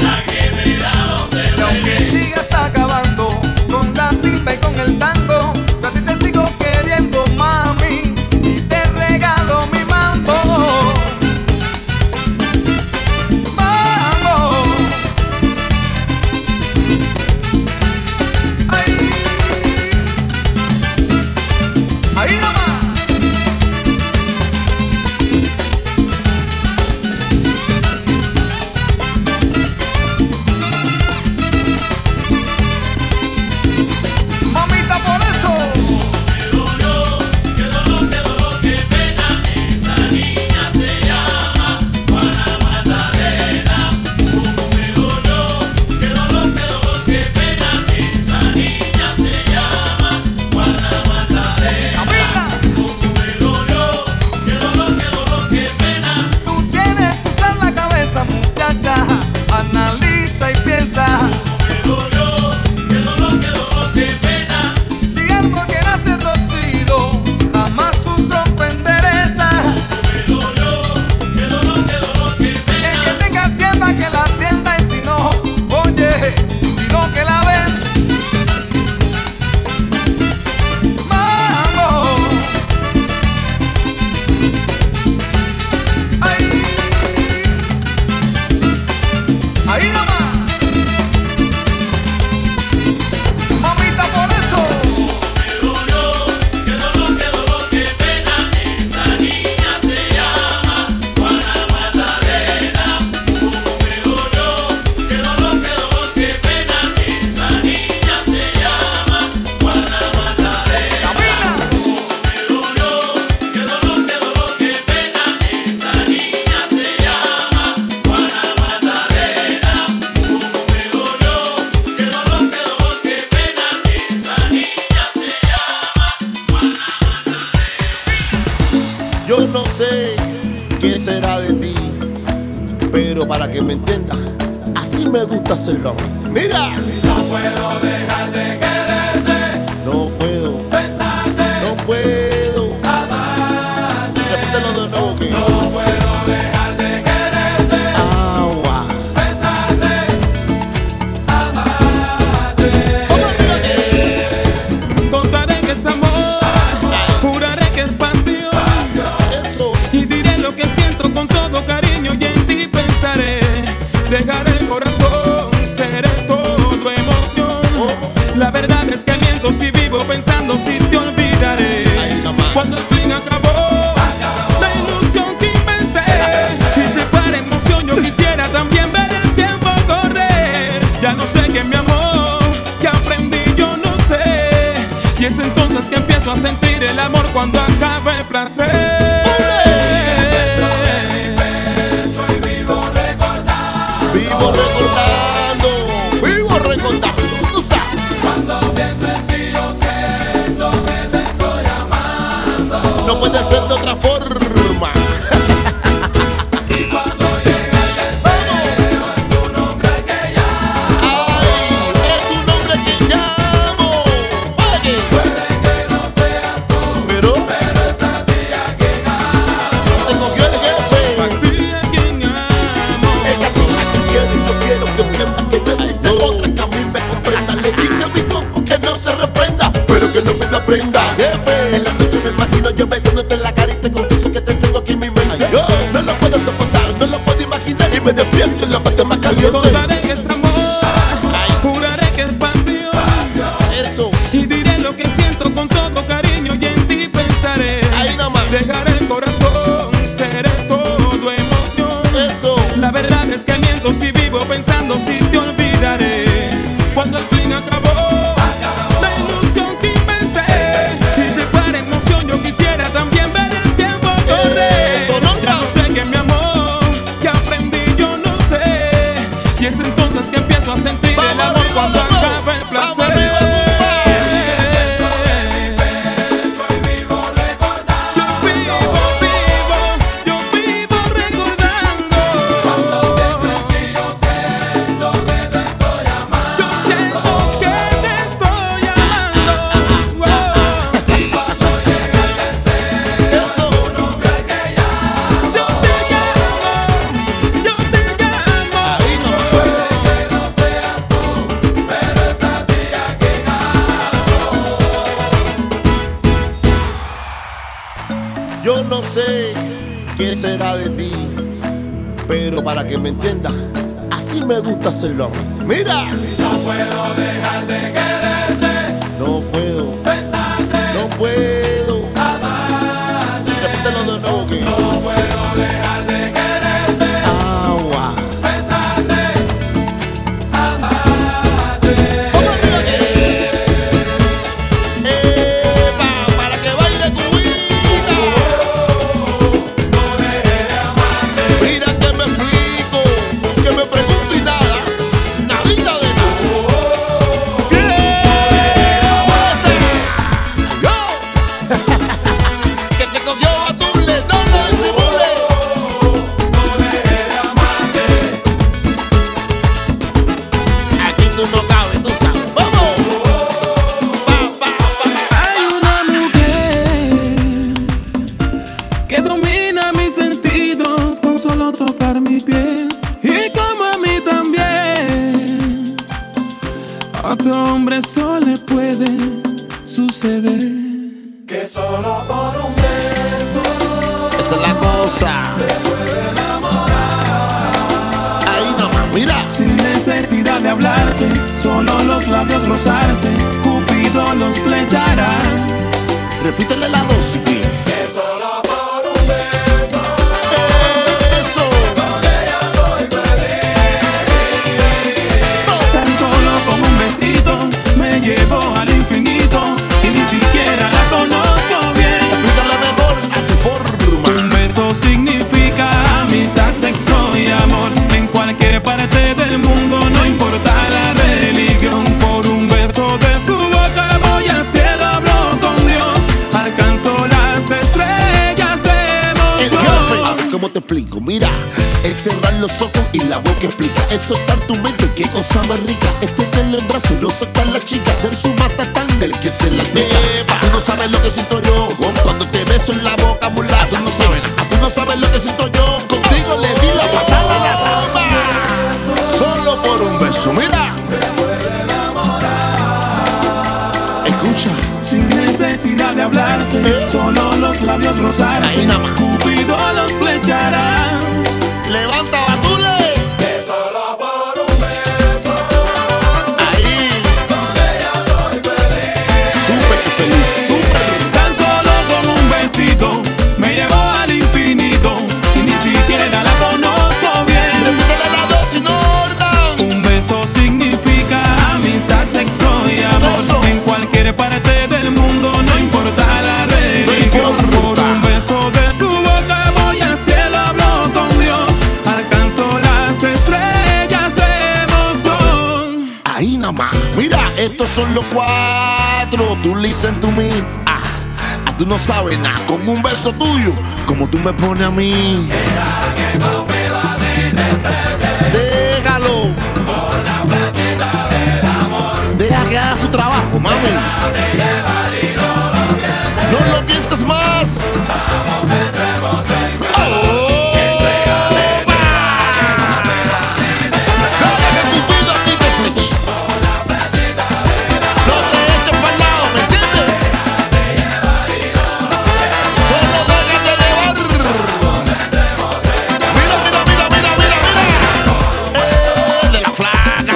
Speaker 6: la que me da donde Y aunque sigas acabando con la tipa y con el tango, yo a ti te sigo queriendo, mami, y te regalo mi mambo. Mambo. Ay. Ahí nomás. Mamita, por eso.
Speaker 13: Qué dolor, qué dolor, qué dolor, qué pena. Esa niña se llama Juana Magdalena. Como me dolor, qué dolor, qué dolor, qué pena. Esa niña se llama Juana Magdalena. Como me dolor, qué dolor, qué dolor, qué pena.
Speaker 6: Tú tienes que usar la cabeza, muchacha. Analiza y piensa. Si algo que nace torcido, jamás su trompa endereza. El que tenga tienda que la tienda y si no, oye, si no que la ven. Mambo. Ahí nomás. Mamita, por eso.
Speaker 13: Qué dolor, qué dolor, qué pena, esa niña se llama Juana Magdalena. Qué dolor, qué dolor, qué dolor, qué pena, esa niña se llama Juana Magdalena. Qué dolor, qué dolor, qué dolor, qué pena, esa niña se llama Juana Magdalena. Qué dolor, qué dolor, qué dolor, qué pena, esa niña se
Speaker 7: Yo no sé qué será de ti, pero para que me entiendas, así me gusta hacerlo a mí. Mira,
Speaker 13: No puedo dejar de quererte,
Speaker 7: no puedo,
Speaker 13: pensarte,
Speaker 7: no puedo. Repítelo de nuevo, que
Speaker 13: no puedo dejar de quererte,
Speaker 7: agua.
Speaker 13: pensarte, amarte.
Speaker 10: Contaré que es amor, juraré que es pasión.
Speaker 7: Eso,
Speaker 10: Y diré lo que siento con todo cariño y en ti pensaré. Dejaré el corazón, seré todo emoción. La verdad es que miento si vivo pensando si te olvidaré.
Speaker 7: ahí nomás.
Speaker 10: Cuando el fin acabó, la ilusión que inventé. Y se para emoción, yo quisiera también ver el tiempo correr. Ya no sé qué mi amor, que aprendí yo no sé. Y es entonces que empiezo a sentir el amor cuando acaba el placer.
Speaker 7: Vivo recordando, vivo recordando. Tú sabes. No puede ser de otra forma. Ay, es tu nombre que llamo. Oye. Pero te cogió el jefe.
Speaker 10: A ti a quien amo.
Speaker 7: Ella dijo que quiero y yo quiero que entienda que no existe otra que a mí me comprenda. Le dije a mi compa que no se reprenda, pero que no me aprenda. Jefe, en la noche me imagino yo besándote en la cara y te confieso que te tengo aquí en mi mente. Yo no lo puedo soportar, no lo puedo imaginar y me despierto en la parte más caliente.
Speaker 10: Contaré que es amor, juraré que es pasión.
Speaker 7: Eso,
Speaker 10: Y diré lo que siento con todo cariño y en ti pensaré.
Speaker 7: ahí nada más.
Speaker 10: Dejaré el corazón, seré todo emoción.
Speaker 7: Eso,
Speaker 10: La verdad es que miento si vivo pensando si te olvidaré. Cuando al fin acabó, la ilusión que inventé. Y se para emoción, yo quisiera también ver el tiempo
Speaker 7: Eso,
Speaker 10: correr.
Speaker 7: no,
Speaker 10: Ya no sé que mi amor, que aprendí yo no sé. Y es entonces que empiezo a sentir el
Speaker 7: Vamos
Speaker 10: amor
Speaker 7: arriba,
Speaker 10: cuando
Speaker 7: vamos.
Speaker 10: acaba el
Speaker 7: Vamos
Speaker 10: placer.
Speaker 7: arriba, no sé qué será de ti, pero para que me entiendas, así me gusta hacerlo a mí. Mira,
Speaker 2: No puedo dejar de quererte,
Speaker 7: no puedo,
Speaker 2: pensarte,
Speaker 7: no puedo. Repítelo de nuevo que
Speaker 2: no puedo dejar de quererte,
Speaker 7: agua.
Speaker 2: pensarte,
Speaker 7: Vamos arriba que- Epa, para que baile cubita. Mira que me explico, que me pregunto y nada, nadita de nada. Fiesta. Yo. Que te cogió a tu no lo disimule. Aquí tú no cabes, tú sabes. Vamos. Pa, pa, pa, pa.
Speaker 10: Hay una mujer que domina mis sentidos con solo tocar mi piel y como a mí también. A otro hombre eso le puede suceder.
Speaker 2: que solo por un beso
Speaker 7: Esa es la cosa. Ahí nomás, mira.
Speaker 10: Sin necesidad de hablarse, solo los labios rozarse, Cupido los flechará.
Speaker 7: Repítele la dosis. Que solo por un beso.
Speaker 10: Tan solo con un besito me llevo al infinito y ni siquiera la conozco bien.
Speaker 7: Eso. Repítele mejor a tu forma.
Speaker 10: Un beso significa amistad, sexo y amor. En cualquier parte del mundo, no importa la religión. Por un beso de su boca voy al cielo, hablo con Dios. Alcanzo las estrellas de
Speaker 7: El jefe. A
Speaker 10: emoción.
Speaker 7: ver, ¿cómo te explico? Mira, es cerrar los ojos y la boca explica. Es soltar tu mente, qué cosa más rica. Es tenerlo en brazos, no soltar la chica. Ser su matatán del que se la lleva. Tú no sabes lo que siento yo con- cuando te beso en la boca, mulá. Tú no sabes nada. Tú no sabes lo que siento yo. Contigo le di la pasada a la rama. Solo por un beso, mira. Escucha.
Speaker 10: Sin necesidad de hablarse,
Speaker 7: ¿Eh?
Speaker 10: solo los labios
Speaker 7: Ahí
Speaker 10: rozarse.
Speaker 7: nada más.
Speaker 10: Cupido los flechará.
Speaker 7: Levanta batule.
Speaker 2: que solo por un beso
Speaker 7: Ahí.
Speaker 2: ella soy feliz
Speaker 7: Súper feliz, súper.
Speaker 10: Tan solo con un besito me llevo al infinito y ni siquiera la conozco bien.
Speaker 7: Repítele la dosis, no orden.
Speaker 10: Un beso significa amistad, sexo y
Speaker 7: Eso.
Speaker 10: amor. En cualquier parte del mundo, no importa la religión.
Speaker 7: No importa.
Speaker 10: Por un beso de su boca voy al cielo, hablo con Dios. Alcanzo las estrellas de emoción.
Speaker 7: Ahí nada más. Mira, estos son los cuatro. Tú listen to me. Ah, ah, tú no sabes nada. Con un beso tuyo, como tú me pones a mí. Déjalo. Deja que haga su trabajo, mami. No lo pienses más. Oh, Dale, que Cupido a ti te flecha. No te eches pa'l lado, ¿me entiendes? Solo déjate llevar. Mira, mira, mira, mira, mira, mira. Eh, de la flaca.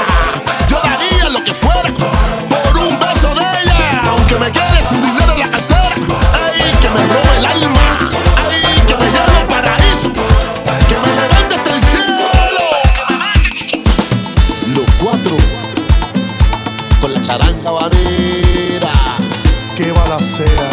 Speaker 7: Yo daría lo que fuera por un beso de ella. Aunque me quede sin dinero en la cartera. Ay, que me robe el alma. Ay, que me lleve al paraíso. Que me levante hasta el cielo. Los cuatro con la charanga varera.
Speaker 3: Qué balacera,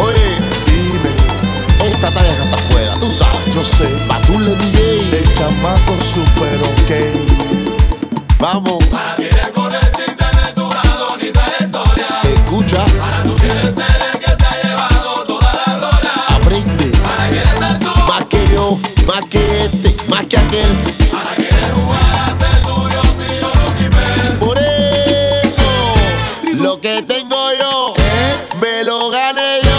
Speaker 7: Oye,
Speaker 3: dime,
Speaker 7: esta talla que está afuera, tú sabes.
Speaker 3: yo sé,
Speaker 7: Batule DJ,
Speaker 3: el Este chamaco super ok.
Speaker 7: vamos,
Speaker 2: Para quieres correr sin tener tu lado ni trayectoria
Speaker 7: escucha,
Speaker 2: Ahora tú quieres ser el que se ha llevado toda la gloria
Speaker 7: aprende.
Speaker 2: Ahora quieres ser tú
Speaker 7: Más que yo, más que este, más que aquel.
Speaker 2: Ahora quieres jugar a ser tuyo si yo Lucifer
Speaker 7: Por eso, lo que tengo yo,
Speaker 2: ¿Eh?
Speaker 7: me lo gané yo.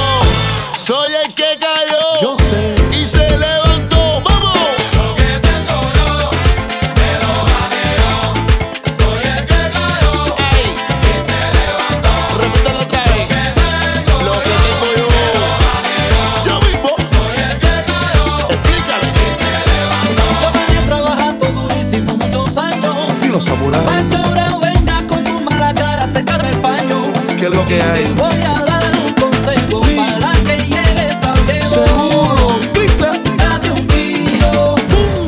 Speaker 7: Soy el que cayó
Speaker 3: Yo sé,
Speaker 7: y se levantó. Vamos,
Speaker 2: Lo que tengo yo, te lo gané yo Soy el que ganó
Speaker 7: Ay,
Speaker 2: y se levantó
Speaker 7: repítelo otra vez.
Speaker 2: Que tengo
Speaker 7: Lo que tengo yo,
Speaker 14: lo que hay.
Speaker 1: Te voy a dar un consejo para que llegues a viejo. Seguro, date un tiro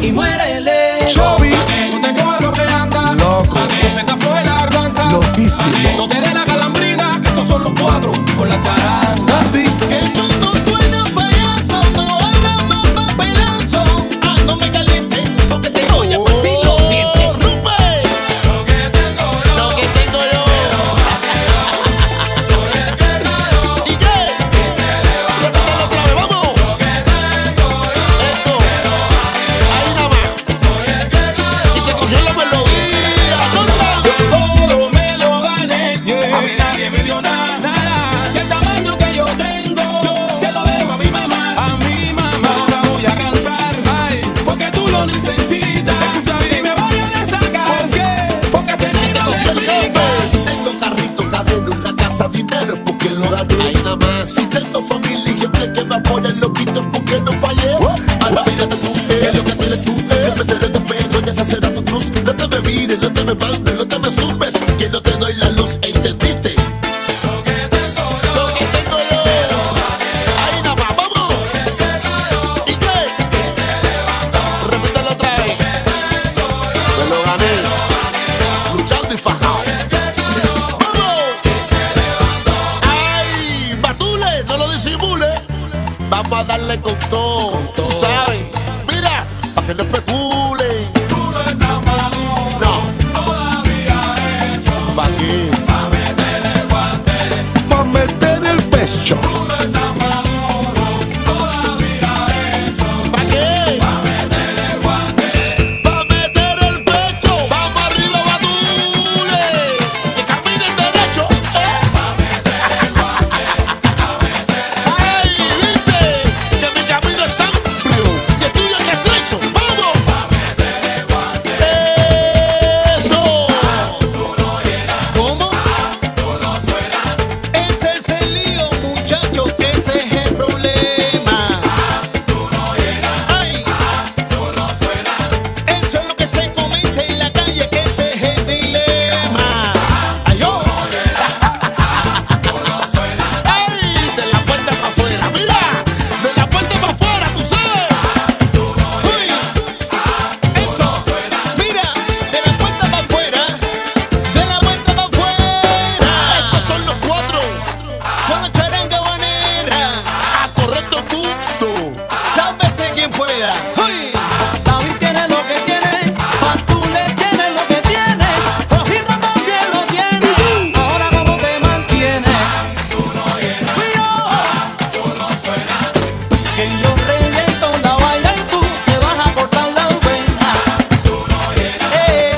Speaker 1: y muérele.
Speaker 14: Chovi.
Speaker 1: No te comas lo que anda. Loco. No se te afloje la garganta. Loquísimo. No te dé la calambrina, que estos son los cuatro con la caranga. Esto no suena payaso, no habla más papelazo. Ah, no me calientes, porque te voy
Speaker 7: Oh.
Speaker 1: a partir los dientes.
Speaker 2: Lo que tengo yo. DJ, repítelo otra vez, vamos. Eso. Ahí nada más. Y te cogió la melodía.
Speaker 1: Yo todo me lo gané, a mí nadie me dio nada. Y el tamaño que yo tengo, se lo debo a mi mamá. A mi mamá, ahora voy a cantar, ay, porque tú lo necesitas. Escucha bien, y me voy a destacar. ¿Por qué? Porque te negro de
Speaker 7: Si tengo carrito, cadena, una casa, dinero es porque lo gané. Ahí nada más. Si tengo familia y gente que me apoya en los gritos porque no fallé. A la vida de tu es lo que tienes tú. Siempre seré tu perro y esa será tu cruz. No te me mires, no te me mandes, no te me zumbes. Que no te doy la luz, ¿entendiste?
Speaker 2: Lo que tengo yo. Ahí nada más, vamos. DJ, repítelo otra vez.
Speaker 7: Me lo gané. Luchando y fajado.
Speaker 2: ¡Vamos! ¡Ay! ¡Batule! ¡No lo disimule!
Speaker 7: Vamos a darle con todo. Tú sabes. Mira, para que no especulen. Tú no estás maduro. No. Todavía ¿Para qué? Para meter el guante.
Speaker 3: Pa' meter el pecho.
Speaker 2: ¿Para qué? ¡Pa' meter el guante! ¡Pa' meter el pecho! ¡Vamos arriba, Batule! ¡Que camine el derecho! eh. ¡Pa' meter el guante! ¡Pa' meter el guante! ¡Ay, viste! ¡Que mi camino es amplio! ¡Y el tuyo es estrecho! ¡Vamos! ¡Pa' meter el guante! ¡Eso!
Speaker 1: ¿Cómo? Ese es el lío, muchacho, ese es el problema. Ay, eso es lo que se comenta en la calle, que ese es el dilema. Ay, yo.
Speaker 2: ¡Ay! ¡De la puerta para afuera! ¡Mira! ¡De la puerta para afuera! ¡Tú sabes!
Speaker 1: Eso, mira, de la puerta para afuera, de la puerta para afuera.
Speaker 2: Estos son los cuatro.
Speaker 1: Con la charanga guanera,
Speaker 2: A Ah, correcto mundo.
Speaker 1: sálvese quien pueda. David tiene lo que tiene, Pantule tiene lo que tiene, Rojito también lo tiene. Ahora como te mantienes, que yo reviento la baila y tú te vas a cortar la buena. Eh.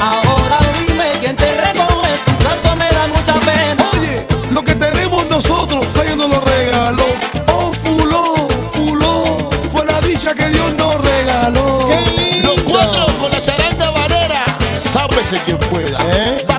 Speaker 1: Ahora dime quién te recoge, tu brazo me da mucha pena.
Speaker 3: Oye, lo que tenemos nosotros, ellos nos lo regaló. Oh, fuló, fuló, fue la dicha que Dios nos regaló.
Speaker 1: Qué lindo.
Speaker 2: Los cuatro con la charanga varera.
Speaker 7: Sábese quien pueda.
Speaker 3: ¿Eh?
Speaker 2: Pa'